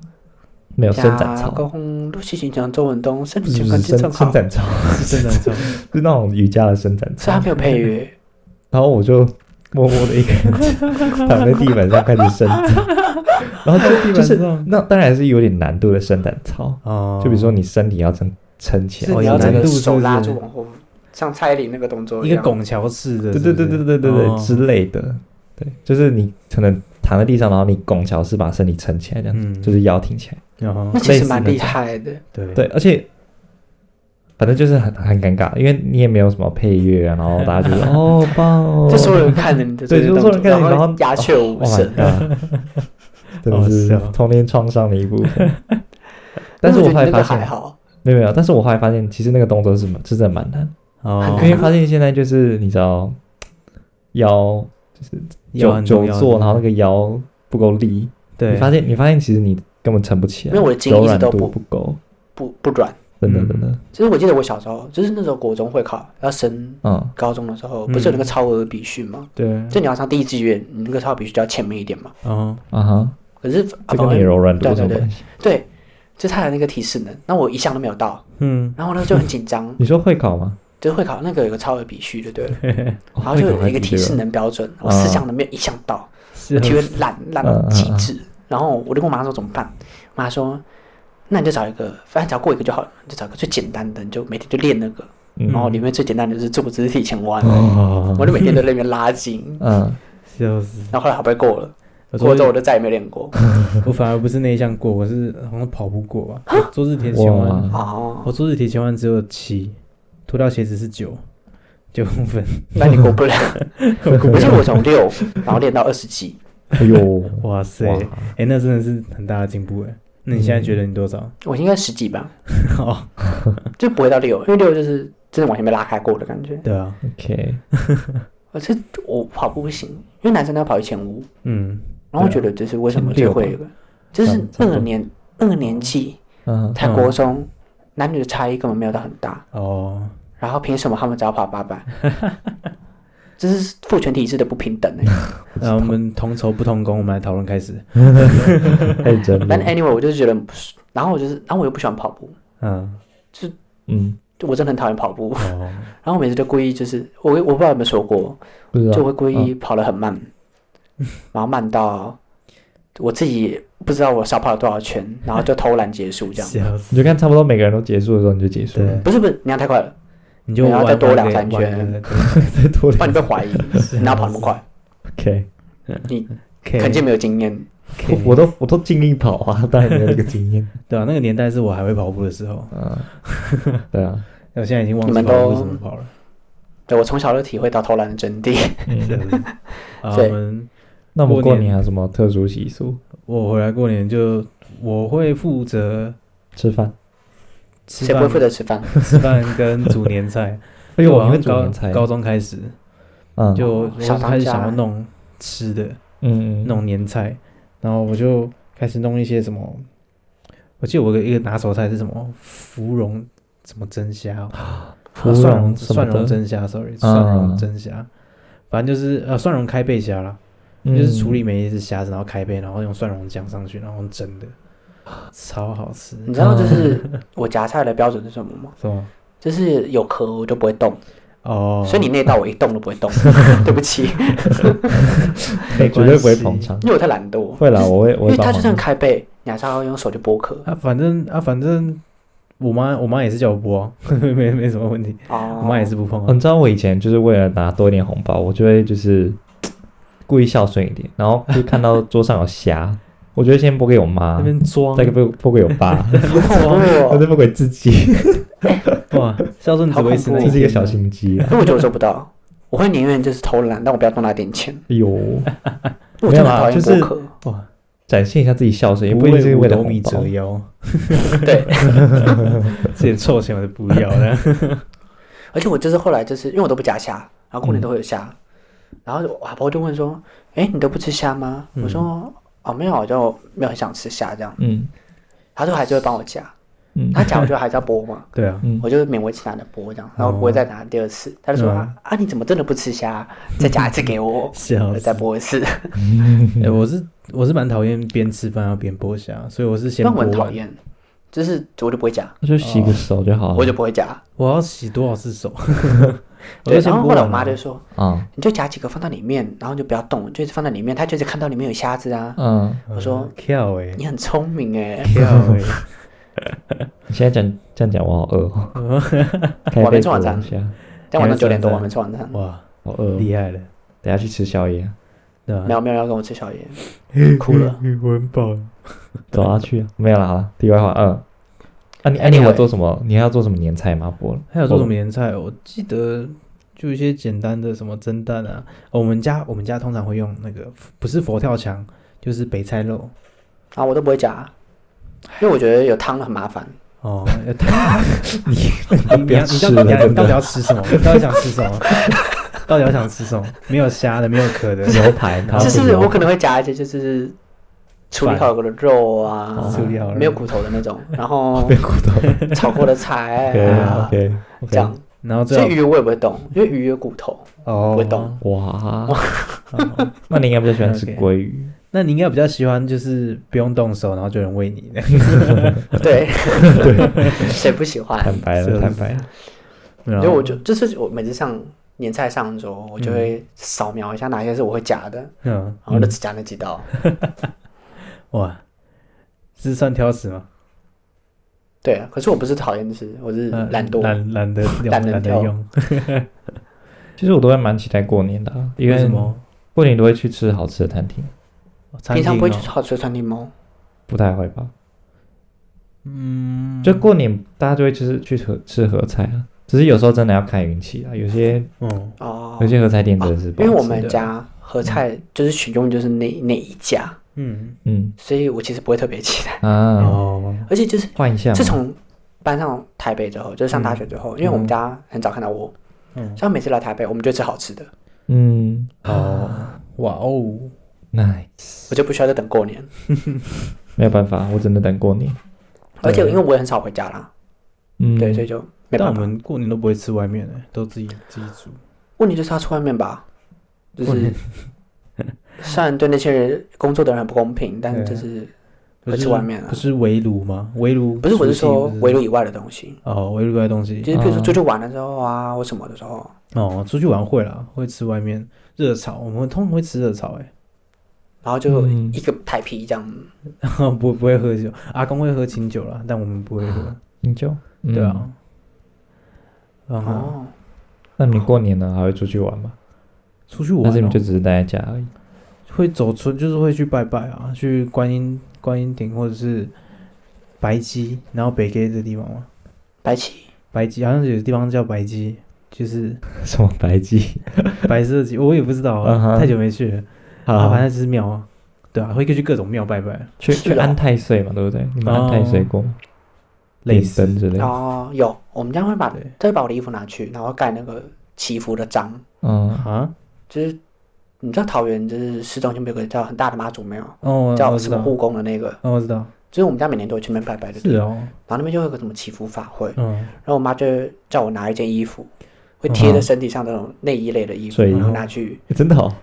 没有伸展
加
操，
工陆续行讲中文东，身
不
体
是
健
不
康
是
正
伸
好
伸。展操，
是真的，
是那种瑜伽的伸展
所以
操
他。没有配乐，
然后我就默默的一 个人躺在地板上开始伸展，然后就就是
上
那当然是有点难度的伸展操，
哦，
就比如说你身体要这样撑起
是
来，
哦
你
有
要整
难
个
度是
手
不是
拉住往后，像蔡依林那个动作
一
样
个。拱桥式的，哦
对对对对对对对对
哦
之
是
类的，对，就是你可能躺在地上，然后你拱桥是把身体撑起来这样子，
嗯
就是腰挺起来，
然后
那其
类
实
似
蛮
那
厉
种
害的，
对
对，而且反正就是很很尴尬，因为你也没有什么配乐啊，然后大家 就说哦棒哦，
就所有人看着 你的这
对就
个动
所有人
作，
看着你
然
然后
后鸦雀 无
Oh my
声。
god！真 的
好
是
笑
童年创伤的一部 分。但是我后
觉
来
得
发
那个还
现，
好，
没有没有，但是我后来发现，其实那个动作是蛮是真的蛮难，
哦
因，为发现现在就是你知道腰
有
久
很
久
重要
坐，
的
然后那个腰不够力，
对，
你发现你发现其实你根本撑不起来，
因为我的筋
啊柔
一直
软
都
度
不
不够，
不不软。
真的
嗯
真的，
其实我记得我小时候，就是那时候国中会考，要升
嗯，
高中的时候，不是有那个超额比训吗？
对，
就你要上第一志愿，你那个超额比训就要前面一点嘛。
哦，
啊哈，
可是
这
啊
跟你柔软度有
对
什么
对对
关系？，
对，就他的那个提示呢，那我一项都没有到，
嗯，
然后呢就很紧张
你说会考吗？
就是会考那个有个超额比序，对不对了？
哦
然后就
会考
有
还
一个
比
提
这
示能标准，我
啊
四项都没有一项 到，
是
我体
很
会烂烂到极致。然后我就跟我妈说怎么办，我妈说，那你就找一个，反正只要过一个就好了，你就找一个最简单的，你就每天就练那个。
嗯
然后 里面最简单的就是坐姿体前弯，
哦
哦 我就每天都在 那边拉筋。
嗯，
笑死。
然后后来好不容易过了，
我
过了之
说
后我就再也没有 练过。
我反而不是内向过，我是好像跑步过吧，我做日铁千万，
哇
哦，
我做日铁千万只有七，脱掉鞋子是九，九公分，
那你过 不了。我记得我从六，然后练到二十几，
哎 呦，
哇塞，
哇
哎、那真的是很大的进步哎。那你现在觉得你多少？
我应该十几吧，
哦，
就不会到六，因为六就是真的完全被拉开过的感觉。
对啊，
，OK，
我这我跑步不行，因为男生都要跑一千五，
嗯，
然后我觉得就是为什么就会有个，就是那个年那个年纪，
嗯，
在国中男女的差异根本没有到很大，
哦，
然后凭什么他们只要跑八百？这是父权体制的不平等、欸。
那我们同酬不同工，我们来讨论开始。
太真
但
了，
anyway，我就是觉得很不是，然后我就是，然后我又不喜欢跑步，
嗯，
嗯，
就我真的很讨厌跑步。
哦，
然后我每次都故意就是，我我不知道有没有说过，
不知
就
道，
会故意跑得很慢，然后慢到我自己不知道我少跑了多少圈，然后就偷懒结束 这样。
笑死，
你就看差不多每个人都结束的时候你就结束了，
对，
不是不是，你要太快了，
你就
然后再
玩
多两
玩
三
个
圈
玩个
再多
不然
两
你被怀疑，你要跑那么快，
，OK，
你
，K，
肯定没有经验。
K，
我我都我都尽力跑啊，当然没有这个经 验，
对啊，那个年代是我还会跑步的时候，
嗯，对啊，
那我现在已经忘
你
记
们
跑步
都
怎么跑了。
对我从小就体会到偷懒的真谛。
是
嗯
不是 啊，
对
我们
那我们
过
过
年
年还有什么特殊习俗？
我回来过年就我会负责
吃饭？
吃
谁不会负
饭、
责吃饭？
吃饭跟煮年菜。
哎
就
呦，
我
你
好
会
像
煮
高
年菜？
高中开始
嗯，
就我
哦小当
开始
家
想要弄吃的，
嗯，
弄年菜，然后我就开始弄一些什么。我记得我有一个拿手菜是什么芙蓉什么蒸虾哦，
芙
啊蒜
蓉
蓉
什
蒜
么
蓉
的，
蒸虾，sorry，蒜蓉
嗯
蒸虾，反正就是呃蒜蓉开背虾啦，
嗯
就是处理每一只虾子，然后开背，然后用蒜蓉酱上去，然后用蒸的，超好吃。
你知道就是 我夹菜的标准是什么吗？
是吗？
就是有壳我就不会动，
哦，
所以你那道我一动都不会动。对不起，
对
没
绝对
关
不会
系
捧场。
因为我太懒惰。
会啦，我会
因
我
为
会
它
帮
就算
忙。
开背，你还是要用手去剥壳。
啊，反正啊，反正我妈我妈也是叫我剥啊、 没没什么问题，
哦
我，妈也 是不碰
哦
啊。
你知道我以前就是为了拿多一点红包，我就会就是故意孝顺一点，然后就看到桌上有虾， 我就会先剥给我妈
那，边装
再剥剥给我 爸，
好恐怖
然后
哦！
再剥给自己，
哇， 孝顺只维持 那
这
好恐怖
天
是一个
啊
小。心机啊！
因为我觉得我做不到，我会宁愿就是偷懒，但我不要动那点钱。
哎呦，
因为我
没有
真的
啦
很讨厌
就是
剥壳。
哇，
展现一下自己孝顺，也
不
不一定是
为五
为了
斗
红
米
包
折。腰，
对，
这点臭钱我就不要了。
而且我就是后来就是因为我都不夹虾，然后过年都会有虾，然后我阿婆就问说：“哎、你都不吃虾吗？”我说：“哦，没有，我就没有很想吃虾这样。
嗯”
他就还是会帮我夹，
嗯
他夹我就还是要剥嘛，
对啊，，
嗯，哦
我就勉为其难的剥这样，然后不会再拿第二次。他就说：“啊啊，你怎么真的不吃虾？再夹一次给我
嗯
笑
我
死
再。剥一次。
哎、我是我是蛮讨厌边吃饭要边剥虾，所以我是”先
啊
但我很
剥
讨
完。
厌，就是我就不会夹，
那就洗个手就好
哦我
了
就不会夹。
我要洗多少次手？我
对，
就先
然后
剥
后来
完
我妈
了
就说
啊。：“
你就夹几个放到里面，然后就不要动，就一直放在里面。”她就是看到里面有虾子啊。
嗯，
我说
跳哎
你很聪明哎，
跳哎，
你现在讲这样讲，我好饿 哦。
我还没
被
吃晚
鼓
餐
一下，
但晚上九点多
你
我
还
们吃晚餐，
哇，
好饿哦。
厉害了，
等下去吃宵夜啊，
对吧、
没有没有要跟我吃宵夜，哭了。
我很饱。
走啊去啊。没有啦，好了，题外话，嗯，啊，你哎，你还有
Anyway
做什么？你还要做什么年菜吗？我
还有做什么年菜？我记得就一些简单的什么蒸蛋啊。哦我们家我们家通常会用那个不是佛跳墙，就是北菜肉
啊，我都不会夹，因为我觉得有汤很麻烦。
哦。要你你
不要
要
吃
你到底
了真
要
的
你到底要吃什么？你到底想吃什么？到底要想吃什么？没有虾的，没有壳的，
牛排？然后
就是
牛
哦
我可能会夹一些就是处理好的肉啊
饭，
处理好的肉
没有骨头的那种，然后
没有骨头。
炒过的菜 啊
OK OK，
这样。
然后最
这
后
鱼我也不会动，因为鱼有骨头，
哦，
不会动
哇，
哦
那你应该比较喜欢吃
OK
鲑鱼，
那你应该比较喜欢就是不用动手，然后就有人喂你的。
对 谁不喜欢？
坦 白
是
了，
啊
坦白了。
没有
因为
啊
我就就是我每次上年菜上桌，我就会扫描一下哪些是我会夹的，
嗯
然后就只夹那几道。
哇，是算挑食吗？
对啊，可是我不是讨厌吃，我是
嗯
懒惰。
懒懒 得用
懒得
懒得
挑
用，
其实我都会蛮期待过年的啊，因
为什
为
么？
过年都会去吃好吃的餐厅，
餐
平常不会
厅
去
哦
好吃的餐厅吗？
不太会吧？
嗯，
就过年大家就会就是去合吃合菜啊，只是有时候真的要看运气啊，有些
嗯
哦
有，些合菜店真的是不
因为
好
我
吃
们
的
家合菜就是选用就是那那一家，
嗯
嗯
所以我其实不会特别期待。
啊，
哦
而且就是
换一下嘛，
自从搬上台北之后，就是上大学之后，因为我们家很早看到我，
嗯
像每次来台北，我们就吃好吃的，
嗯，
啊
哦哇哦，
那
我就不需要再等过年。
没有办法，我只能等过年。
而且因为我也很少回家啦，
嗯，
对，所以就没
但
办
我
法。
们过年都不会吃外面的，都自己自己煮。
问题就是他出外面吧，就
过
是
年
虽然对那些人工作的人很不公平，但是
对啊
就是
不
会
是
吃外面啊
不是围炉吗？围炉
不是我
除
是
夕
说
不
围炉以外的东西，
哦，围炉外的东西
就是比如说
哦
出去玩的时候啊，或什么的时候，
哦，出去玩会啦，会吃外面热炒，我们通常会吃热炒哎，
然后就
嗯
一个台啤这样。
不不会喝酒，阿公会喝清酒啦，但我们不会喝，
你就
对。
嗯
啊。然后
哦，
那你过年呢还会出去玩吗？
出去玩
但是你
哦
们就只是待在家而已。
会走村，就是会去拜拜啊，去观音观音亭或者是白鸡，然后北街这地方嘛，
白起
白鸡好像有个地方叫白鸡，就是
什么白 鸡？
白色鸡，我也不知道
嗯
啊，
哼
太久没去了。啊，反正就是庙啊，对啊，会去各种庙拜拜，
去
是
去
哦
安太岁嘛，对不对？你们安太岁过吗？
类
点
似
灯之类的。
哦，有，我们家会把
对
都会把我的衣服拿去，然后盖那个祈福的章，
嗯，
啊，
就是你知道桃园就是市中心不有个叫很大的妈祖庙，
哦，
叫
我
什
知
么
道，
护工的那个，
哦，我知道，
就是我们家每年都会去那边拜拜的，
是哦，
然后那边就会有个什么祈福法会，
嗯，
然后我妈就会叫我拿一件衣服，会贴在身体上的那种内衣类的衣服，
睡衣
然后拿去，
欸真的哦，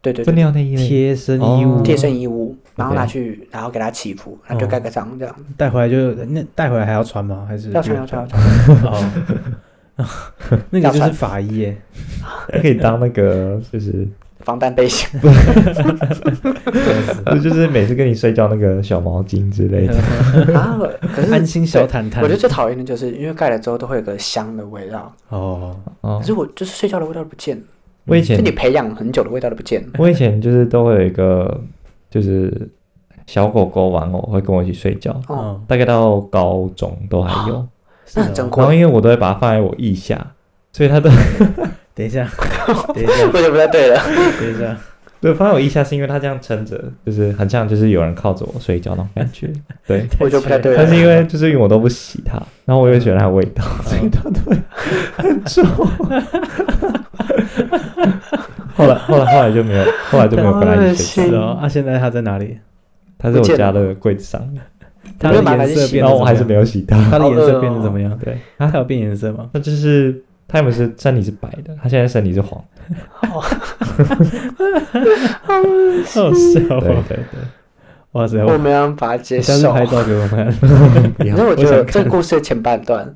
对对
真的
对，
要内衣嘞
贴身衣物
哦
贴身衣物，然后
OK
拿去，然后给她祈福，然后就盖个章这样，
带回来就那带回来还要穿吗？还是
要穿
不
要穿要穿，
哦， 那个就是法医耶，
可以当那个，就是
防弹背心，
不是就是每次跟你睡觉那个小毛巾之类的。
啊，可是
安心小坦坦
我觉得最讨厌的就是，因为盖了之后都会有个香的味道，
哦，
哦
可，是我就是睡觉的味道都不见了，
我以
就
前
你培养很久的味道都不见了。
我以前就是都会有一个，就是小狗狗玩偶会跟我一起睡觉，
哦，
嗯，
大概到高中都还有。
那很珍
真。
然后
贵，
因为我都会把它放在我腋下，所以它都
等一 下，等一下，
为什么不太对了？
等一下，
对放在我腋下是因为它这样撑着，就是很像就是有人靠着我睡觉那种感觉。对，
我觉得不太对啊
但是
了。
因为就是因为我都不洗它，然后我又喜欢它的味道，所以它都会很 臭。后来后来后来就没有，后来就没有跟它一起睡觉
好恶心，
是哦，啊，现在他在哪里？
它在我家的柜子上面，
它的颜色变
然后
得怎
哦我
么
还是
样
没？有洗它。
它的颜
好恶哦
色变得怎么样？
对，
它有变颜色 吗？
那就是它原本是身体是白的，它现在身体是黄。
好
对
笑 哦！
对对，
哇塞，
我
我
没办法接
下次
受。
拍照给我 看，
因为我觉
想
得这
看
个故事的前半段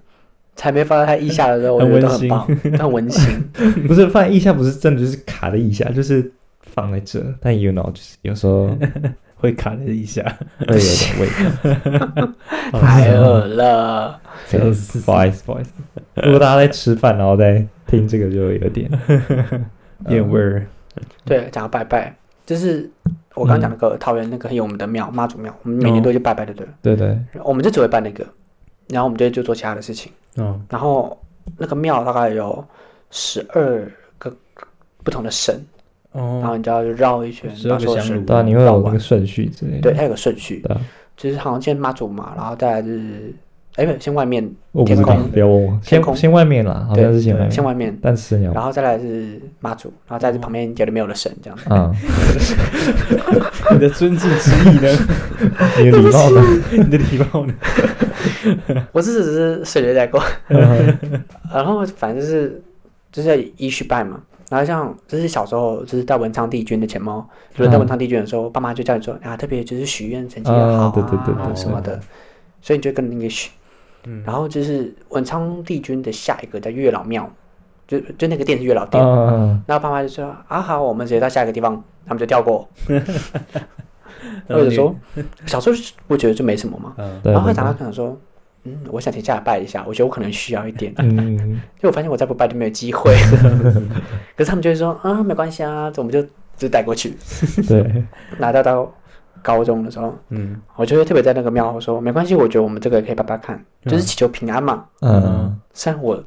才没放在他腋下的时候，我
很
觉得都
温
很
馨
棒，都很温馨。
不是放在腋下，不是真的就是卡在腋下，就是放在这。但 you know，就是有时候
会卡了一下，
会有点味道。
太饿了，
笑死
不好意思，不好意思。如果大家在吃饭，然后在听这个，就有点
嗯
变味儿。
对，讲到拜拜，就是我刚刚讲
嗯哦
那个桃园那个很有我们的庙妈祖庙，我们每年都会去拜拜，对不对？
对对，
我们就只会拜那个，然后我们就就做其他的事情。
哦，
然后那个庙大概有十二个不同的神，然
哦，
后你就要绕一圈，
12
把所有
个香
神
炉
对啊，你会有那个顺序之类的。
对，它有个顺序，
对啊，
就是好像先妈祖嘛，然后再来就是，哎，不，先外面，
我哦不知道
天空，
不要问我。
天
先
空
先外面啦，好像是先外
先
面，
外面，
但是你要
然后再来是妈祖，然后再来是旁边有的没有的神这样 子。
啊，
你的尊敬之意 呢？
你的礼貌呢？
你的礼貌呢？
我是只是省略带过，
嗯
呃然后反正就是就是要依序办嘛。然后像就是小时候就是到文昌帝君的前猫，轮到文昌帝君的时候，爸妈就叫你说啊，特别就是许愿成绩要好
啊
啊，
对对对
对
什么的，所以你就跟那个许。
嗯，
然后就是文昌帝君的下一个叫月老庙，就就那个店是月老
嗯
店。
嗯，
然后爸妈就说啊好，我们直接到下一个地方，他们就跳过。
然
嗯
或
后呃
者
你
说，小时候是不觉得就没什么嘛，
嗯，
对
然后
对
长大
对，
可能说，嗯，我想停下来拜一下，我觉得我可能需要一点。
嗯，
就我发现我再不拜就没有 机会。可是他们就会说啊，没关系啊，我们就就带过去。
对，
拿到到高中的时候，
嗯，
我就会特别在那个庙我说没关系，我觉得我们这个可以拜拜看，就是祈求平安嘛。
嗯，
虽然我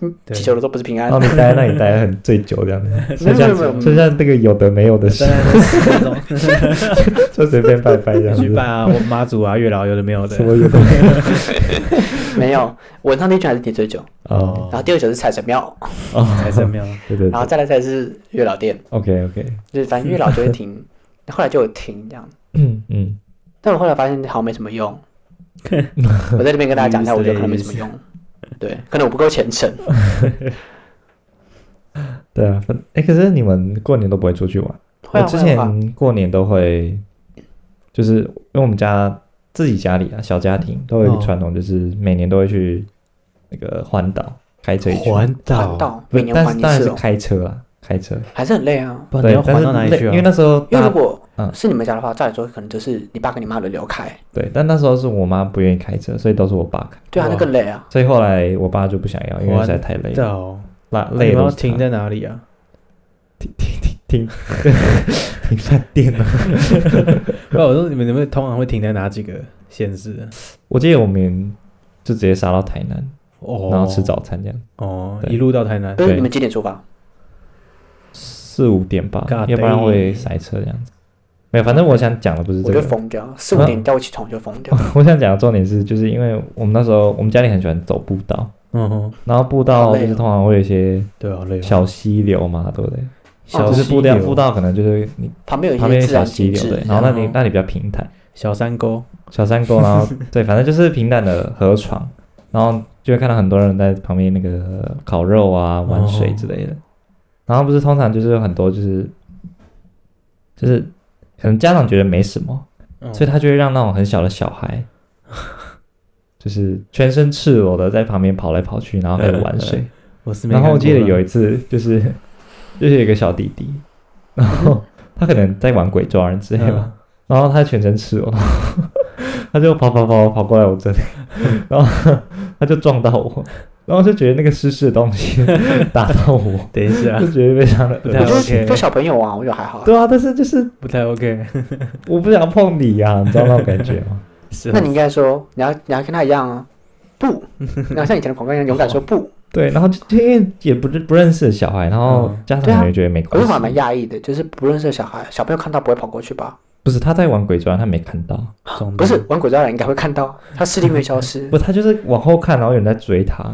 嗯
对
祈求的都不是平安
然后，你待在那里待得很醉酒这样子，
没
就
有
像
没有没有
就像这个有的没有的事
当，然是那种
就随便拜拜这样
去拜
子，
啊，我妈祖啊，月老有的没有的
什，么有的没有
没有，文昌帝君还是第最久，
哦
然后第二久是财神庙，
哦，
财神庙，
对对
然
对
后再来才是月老殿，
，OK OK，
就是反正月老就会停，后来就有停这样。
嗯 嗯，
但我后来发现好像没什 么用，我在这边跟大家讲一下，我觉得可能没什么用，对，可能我不够虔诚。
对啊，反哎，可是你们过年都不会出去玩？
会
我
啊
之
会啊，会啊
前过年都会，就是因为我们家自己家里啊，小家庭都有一个
哦
传统，就是每年都会去那个环岛开车一圈，
环
环
岛，
岛
不
每
是，
年
哦但
环
是
一
当然
次
是
哦，
开车啊，开车。
还是很累啊。
不然你
对
要，
但
环
是
到哪里
累
去啊？
因为那时候
因为
大
如果
嗯
是你们家的话，照理说可能就是你爸跟你妈轮流开，
对，但那时候是我妈不愿意开车，所以都是我爸开，
对啊，
哇
那更累啊。
所以后来我爸就不想要，因为实在太累了，
岛，
拉
那
累
啊你们
了
要停在哪里啊？
停停 饭店了。
不，我说你们你们通常会停在哪几个县市？啊
我记得我们就直接杀到台南，
哦，
然后吃早餐这样，
哦，
对
一路到台南
可，是
对
你们几点出发？
四五点吧
尬，
要不然
呆
会塞车这样子。没有，反正我想讲的不是
我
这
就
个，
疯掉，四五点叫我起床我就疯掉。
我想讲的重点是，就是因为我们那时候我们家里很喜欢走步道，
嗯哼，
然后步
好
道
累
就是
哦
通常会有一些
对，好累哦，
小溪流嘛，对不对？
哦
就是
溪
步道
流
步道可能就是你
旁边有
旁
一
边有
些自
小
然
溪
景
流，
致
对，，然后那
然
里
后
那里比较平坦，
小山沟，
小山沟，然后对，反正就是平坦的河床，然后就会看到很多人在旁边那个烤肉啊、玩水之类的。然后不是通常就是有很多就是就是可能家长觉得没什么，
嗯
所以他就会让那种很小的小孩，就是全身赤裸的在旁边跑来跑去，然后开始玩水。
我哎是没
然
看过啦。
后我记得有一次，就是 就是有一个小弟弟，然后他可能在玩鬼抓人之类吧，
嗯
然后他全身赤裸， 他就跑跑跑跑过来我这里，
嗯
然后他就撞到我，然后就觉得那个湿湿的东西 打到我，
等一下
就，觉得非常的
不
恶
太
啊我觉
心。
得
OK
都小朋友啊，我觉得还好啊。
对啊，但是就是
不 太 OK，
我不想碰你呀、你知道那种感觉 吗？
是
那你应该说，你要你要跟他一样啊， 不，你要像以前的广告一样勇敢说不。
对，然后就就因为也不是不认识的小孩，然后
嗯
家长
对啊
可能也觉得没
我
关
就
系。
还蛮讶异的，就是不认识的小孩，小朋友看到不会跑过去吧？
不是他在玩鬼抓，他没看到，
总
不是，玩鬼抓人应该会看到，他视力没消失。
嗯 不，他就是往后看，然后有人在追他，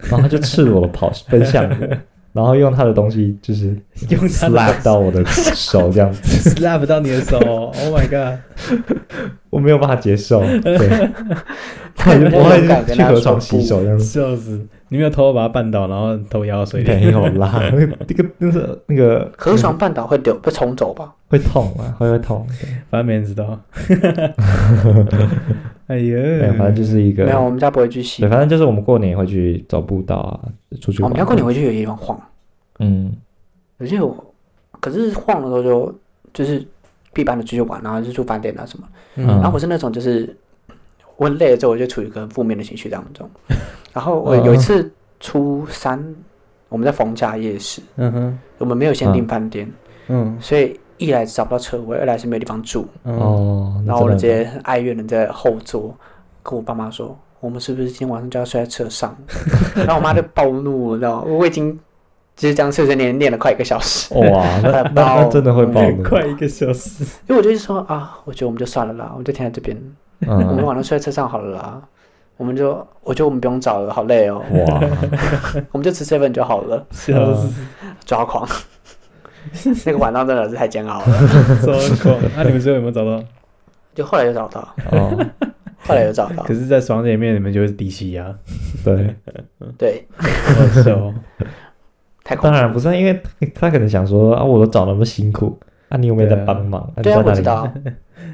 然后他就赤裸的跑 奔向我，然后用他的东西就是
用他的
slap 到我的手这样子，
slap 到你的手，Oh my god！
我没有办法接 受，对，
那你
我
要
还
勇敢
是
跟
去
他
河
说
床洗
不。
手这样子，
笑死！你没有偷偷把他绊倒，然后头压到水里？
没有啦， 那个那个那个那个
河床半岛会流被冲走吧？
会痛啊，会会痛，
反正没人 知道。哎
对，没有
呀，
反正就是一
嗯没有，
个，
我们家不会去洗哦
对，。反正就是我们过年会去走步道啊，出去
我
玩，
们家过年回去有地方晃，
嗯，
有些我，可是晃的时候就就是必班的出去玩，然后就住饭店啊什么。
嗯
然后我是那种就是我很累了之后，我就处于一个很负面的情绪当 中。然后我
嗯
有一次初三，我们在逢甲夜市，
嗯哼，
我们没有先订饭店，
嗯
所以一来找不到车位，二来是没有地方住。
嗯，
哦，那
然后我就
真
直
的很
接很哀怨的在后座跟我爸妈说：“我们是不是今天晚上就要睡在车上？ 然后我妈就暴怒，你知道吗？我已经就是这样碎碎念念了快一个小时，
哇， 那那那真的会爆的，
快一个小时，
因为我就是说啊，我觉得我们就算了啦，我们就停在这边，我们
嗯，
晚上睡在车上好了啦。我们就，我觉得我们不用找了，好累哦，
哇，
我们就吃 seven 就好了，
笑死，
抓狂。那个晚上真的是太煎熬了，
超狂。那你们最后有没有找到？
就后来就 找到，
哦，
后来有找到
可，是，在爽点里面，你们就是低气压，
对，
对，
好笑哦。
太恐
当
怖
然
了。
不是啊，因为他可能想说啊，我都找那么辛苦，啊，你有没有在帮忙？啊
对啊，我知，
你
道，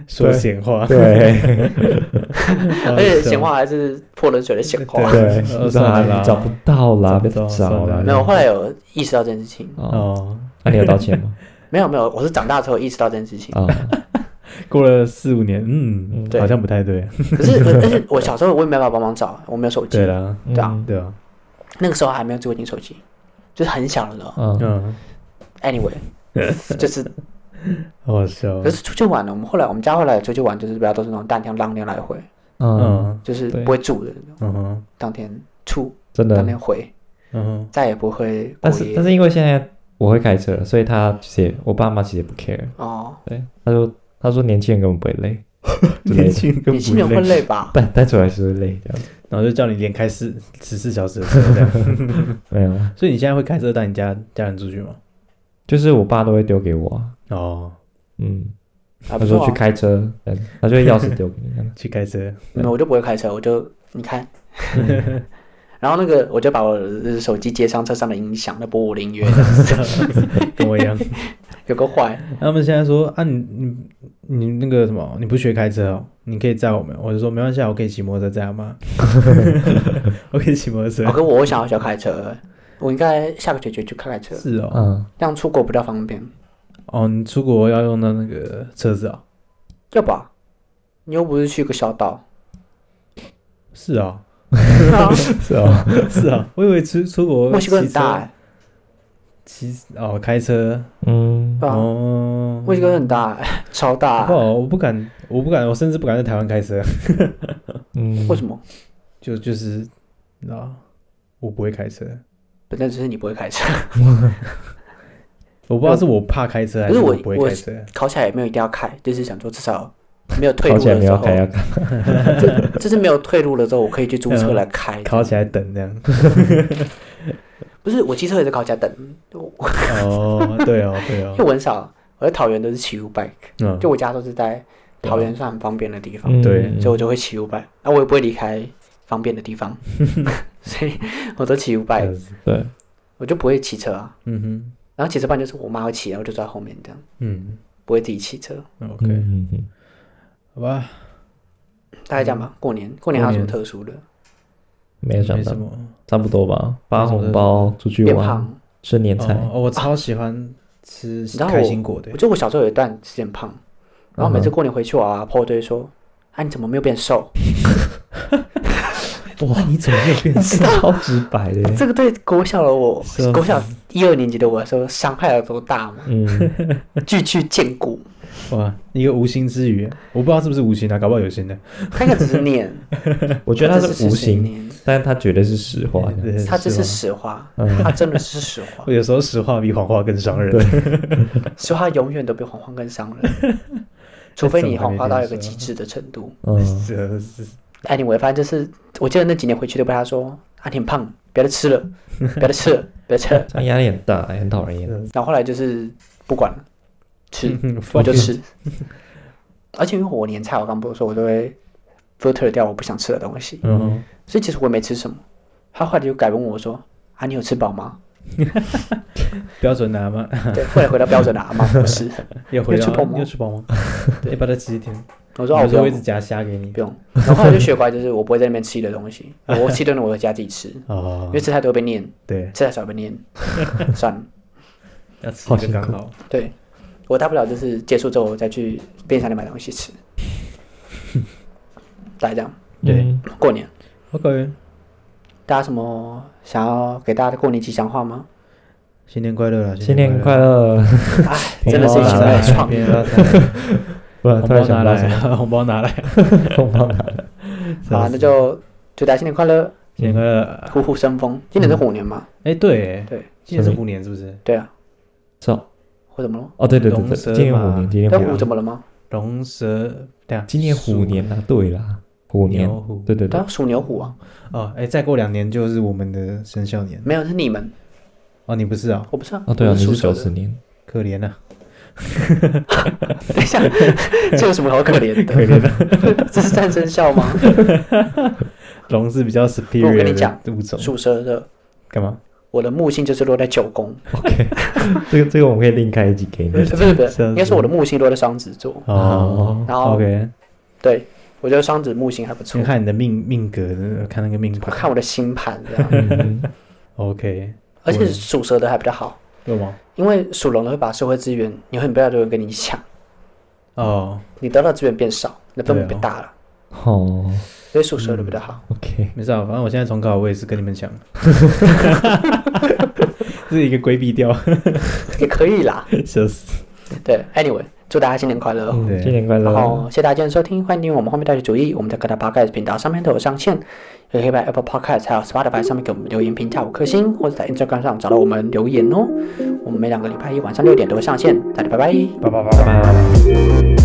说闲话，
在哪里对
而
而且闲话还是泼冷水的闲话。
对，
呃
你知道
算了啦
啊你找不到啦，
找不
别
到
找
算
啦
了，
没有，我后来有意识到这件事情，
哦，
哦，
那你有道歉 吗？
没有没有，我是长大之后意识到这件事情。
啊，
过了四五年，嗯，
对
好像不太对。
可是可但是我小时候我也没办法帮忙找，我没有手机
对，啦，
对啊
嗯，
对啊，那
那个时候还没有智慧型手机，就是很小的时候。
嗯，
嗯，
Anyway，就是
哦
好笑哦
可。是出去玩了，我们后来我们家后来有出去玩，就是不要都是那种当天当天来回，
嗯，
嗯
就是
对
不会住的，
嗯哼，
当天出
真
当
的，
天回，
嗯哼，
再也不会过
但是但
夜
是因为现在我会开车，所以他其实也我爸妈其实也不 care，
哦。
对，他说他说年轻人根本不会 累，之类
年
的
轻人
年轻人
不
会
累，
累吧？
但但主要是累这样，
然后就叫你连开四十四小时的车 这样。
没有，
所以你现在会开车带你家家人出去吗？
就是我爸都会丢给我啊，
哦，
嗯，他
啊，不
说
错
去
啊，
开车，对他就会钥匙丢给你， 这样
去开车，
没有我就不会开车，我就 你看， 然后那个我就把我的手机接上车上的音响，那播我的音乐，
跟我一样。
有个坏，
他们现在说啊，你你你那个什么，你不学开车哦，你可以载我们。我就说没关系，啊，我可以骑摩托车载阿妈， 我可以骑摩托车
哦，。可我我想要学开车，我应该下个学期就开开车，
是哦，
嗯，
这样出国比较方便，
哦，你出国要用到那个车子哦，
要吧？你又不是去一个 小岛，
是哦，
对啊
是啊，
是哦，我以为出出国
墨西哥很大
骑车
哎，
骑哦开车
嗯，
对啊，
哦，
墨西哥很大哎，超大
不
哎，
好，我不敢，我不敢，我甚至不敢在台湾开车，
嗯，
为什么？
就就是你知道，我不会开车，
不，那只是你不会开车，
我不知道是我怕开车还
不是
我
我
不会
我
开车，
考起来也没有一定要开，就是想说至少没有退
考
路
起来
的
没
时
有
候，
开要啊开，
就是没有退路了之后，我可以去租
嗯
车来开。
考起来等这 样。
不是我骑车也是考起来等，我
哦，对哦，对
因
哦
为，我很少，我在桃园都是骑 U bike，
嗯，
就我家都是在桃园算很方便的地方，
嗯
对
所以我就会骑 U bike，那、我也不会离开方便的地 方，所以我都骑 U
这
嗯
bike，
样子
对，
我就不会骑车啊。
嗯
然后骑车半就是我妈会骑，然后我就坐在后面这样，
哼，嗯
不会自己骑车。
，OK，
嗯嗯嗯，
好吧，
大概这样吧。过年过年还有什么
过
特殊的？
没有想
没
到
什，么。
差不多吧，发
没什么
红包出去
变
玩，
胖，
吃年菜，
哦，我超喜欢吃
知道我
开心果的
我，记得我小时候有一段时间胖，然后每
嗯
次过年回去，我阿婆都会说：“啊，你怎么没有变瘦
哎
哇，你怎么没有变瘦？
超直白的？”，
这个对国小的我
是啊，
国小一二年级的我来说，伤害有多大嘛？
嗯，
句句见骨，
哇，一个无心之语，我不知道是不是无心啊，搞不好有心的。
他应该只是念，
我觉得他
这
是无
只
形，
念，
但他绝对是实 话的，
对
他这是
吧
实话，
嗯
他真的是实话，
有时候实话比谎话更伤人。
实话永远都比谎话更伤人，除非你谎话到一个极致的程度。
嗯，
是是
哎，你反正就是，我记得那几年回去都被他说啊，你很胖，不要再吃了，不要再吃了，不要再吃 了。
这样压力很大，很讨人厌。
然后后来就是不管了，吃
嗯
我就吃， 而且因为我年菜，我刚不是说，我都会 filter 掉我不想吃的东西。
嗯，
所以其实我也没吃什么。他后来就改问我说：“啊，你有吃饱吗
标准男嘛，？”
对，后来回到标准的阿妈模式。
又回
有吃
到
饱吗
你有吃饱吗？
对
你把它吃一天，
我说：“
我
哦，
们
不
说我一直
用，
夹虾给你
不。用。”然后后来就学乖，就是我不会在那边吃一堆东 西，我吃一顿我回家自己吃，
哦
因为，吃太多被念，
对，
吃太少被 念，算了。
要吃一个刚好。
对，我大不了就是结束之后我再去便利商店买东 西吃。大概这样，
对
嗯，
过年
，OK，
大家什么想要给大家的过年吉祥话吗？
新年快乐啦！
新年快！乐！
哎，真的是
平安
一起
喜来
来
乐
创
平
业
安。发 财
不然呃突
红
然
包拿
想到什么
来，红包拿来。
红包拿来，
好了，那就祝大家新年快乐，
新年快乐！
虎虎生风。今年是虎年嘛？
嗯
哎，对，
对，
今年是虎年是不是？
对啊，
是哦，
或怎么了？
哦对对对
龙
对，
蛇
今年虎
嘛
年，今年
那
虎
虎
年，
怎么了吗？
龙蛇，对啊，
今年虎年啦，对啦，虎
虎
年，
虎
对对
对
对
啊，，属牛虎啊，
哦，哎，再过两年就是我们的生肖年
没有是你们，
哦，你不是啊？
我不是啊，
哦对啊，
我
你
属
是
蛇
九
的
十。年，
可怜啊！
等一下，这有什么好可怜的？可怜 这是战生肖吗？
龙是比较
我跟你
superior
讲
的物种，
属蛇的，
干嘛？
我的木星就是落在九宫，
这个这个我们可以另开一集给你
不。是不是不
是
是，
啊
应该是我的木星落在双子座。
哦
然后
，OK，
对，我觉得双子木星还不错
先。看你的命命格，看那个命
我
盘。
看我的星盘这样，
嗯
OK，
而且属蛇的还比较好，
有吗？
因为属龙的会把社会资源，你会很不要多人跟你抢，
哦，
你得到资源变少，你的分母
对哦
变大了，
哦
所以属蛇的比较好。
，OK，
没事啊，反正我现在重考，我也是跟你 们讲，这 是一个规避掉，
也可以啦。
笑死。
对，anyway，祝大家新年快乐。哦
嗯
对
新年快
然
乐
后，谢谢大家今天收听，欢迎订阅我们后面大学主义，我们在各大 podcast 频道上面都有上线，也可以在 Apple Podcast 还有 Spotify 上面给我们留言评价五颗星，或者在 Instagram 上找到我们留言哦。我们每两个礼拜一晚上六点都会上线，大家拜拜。
拜拜拜拜。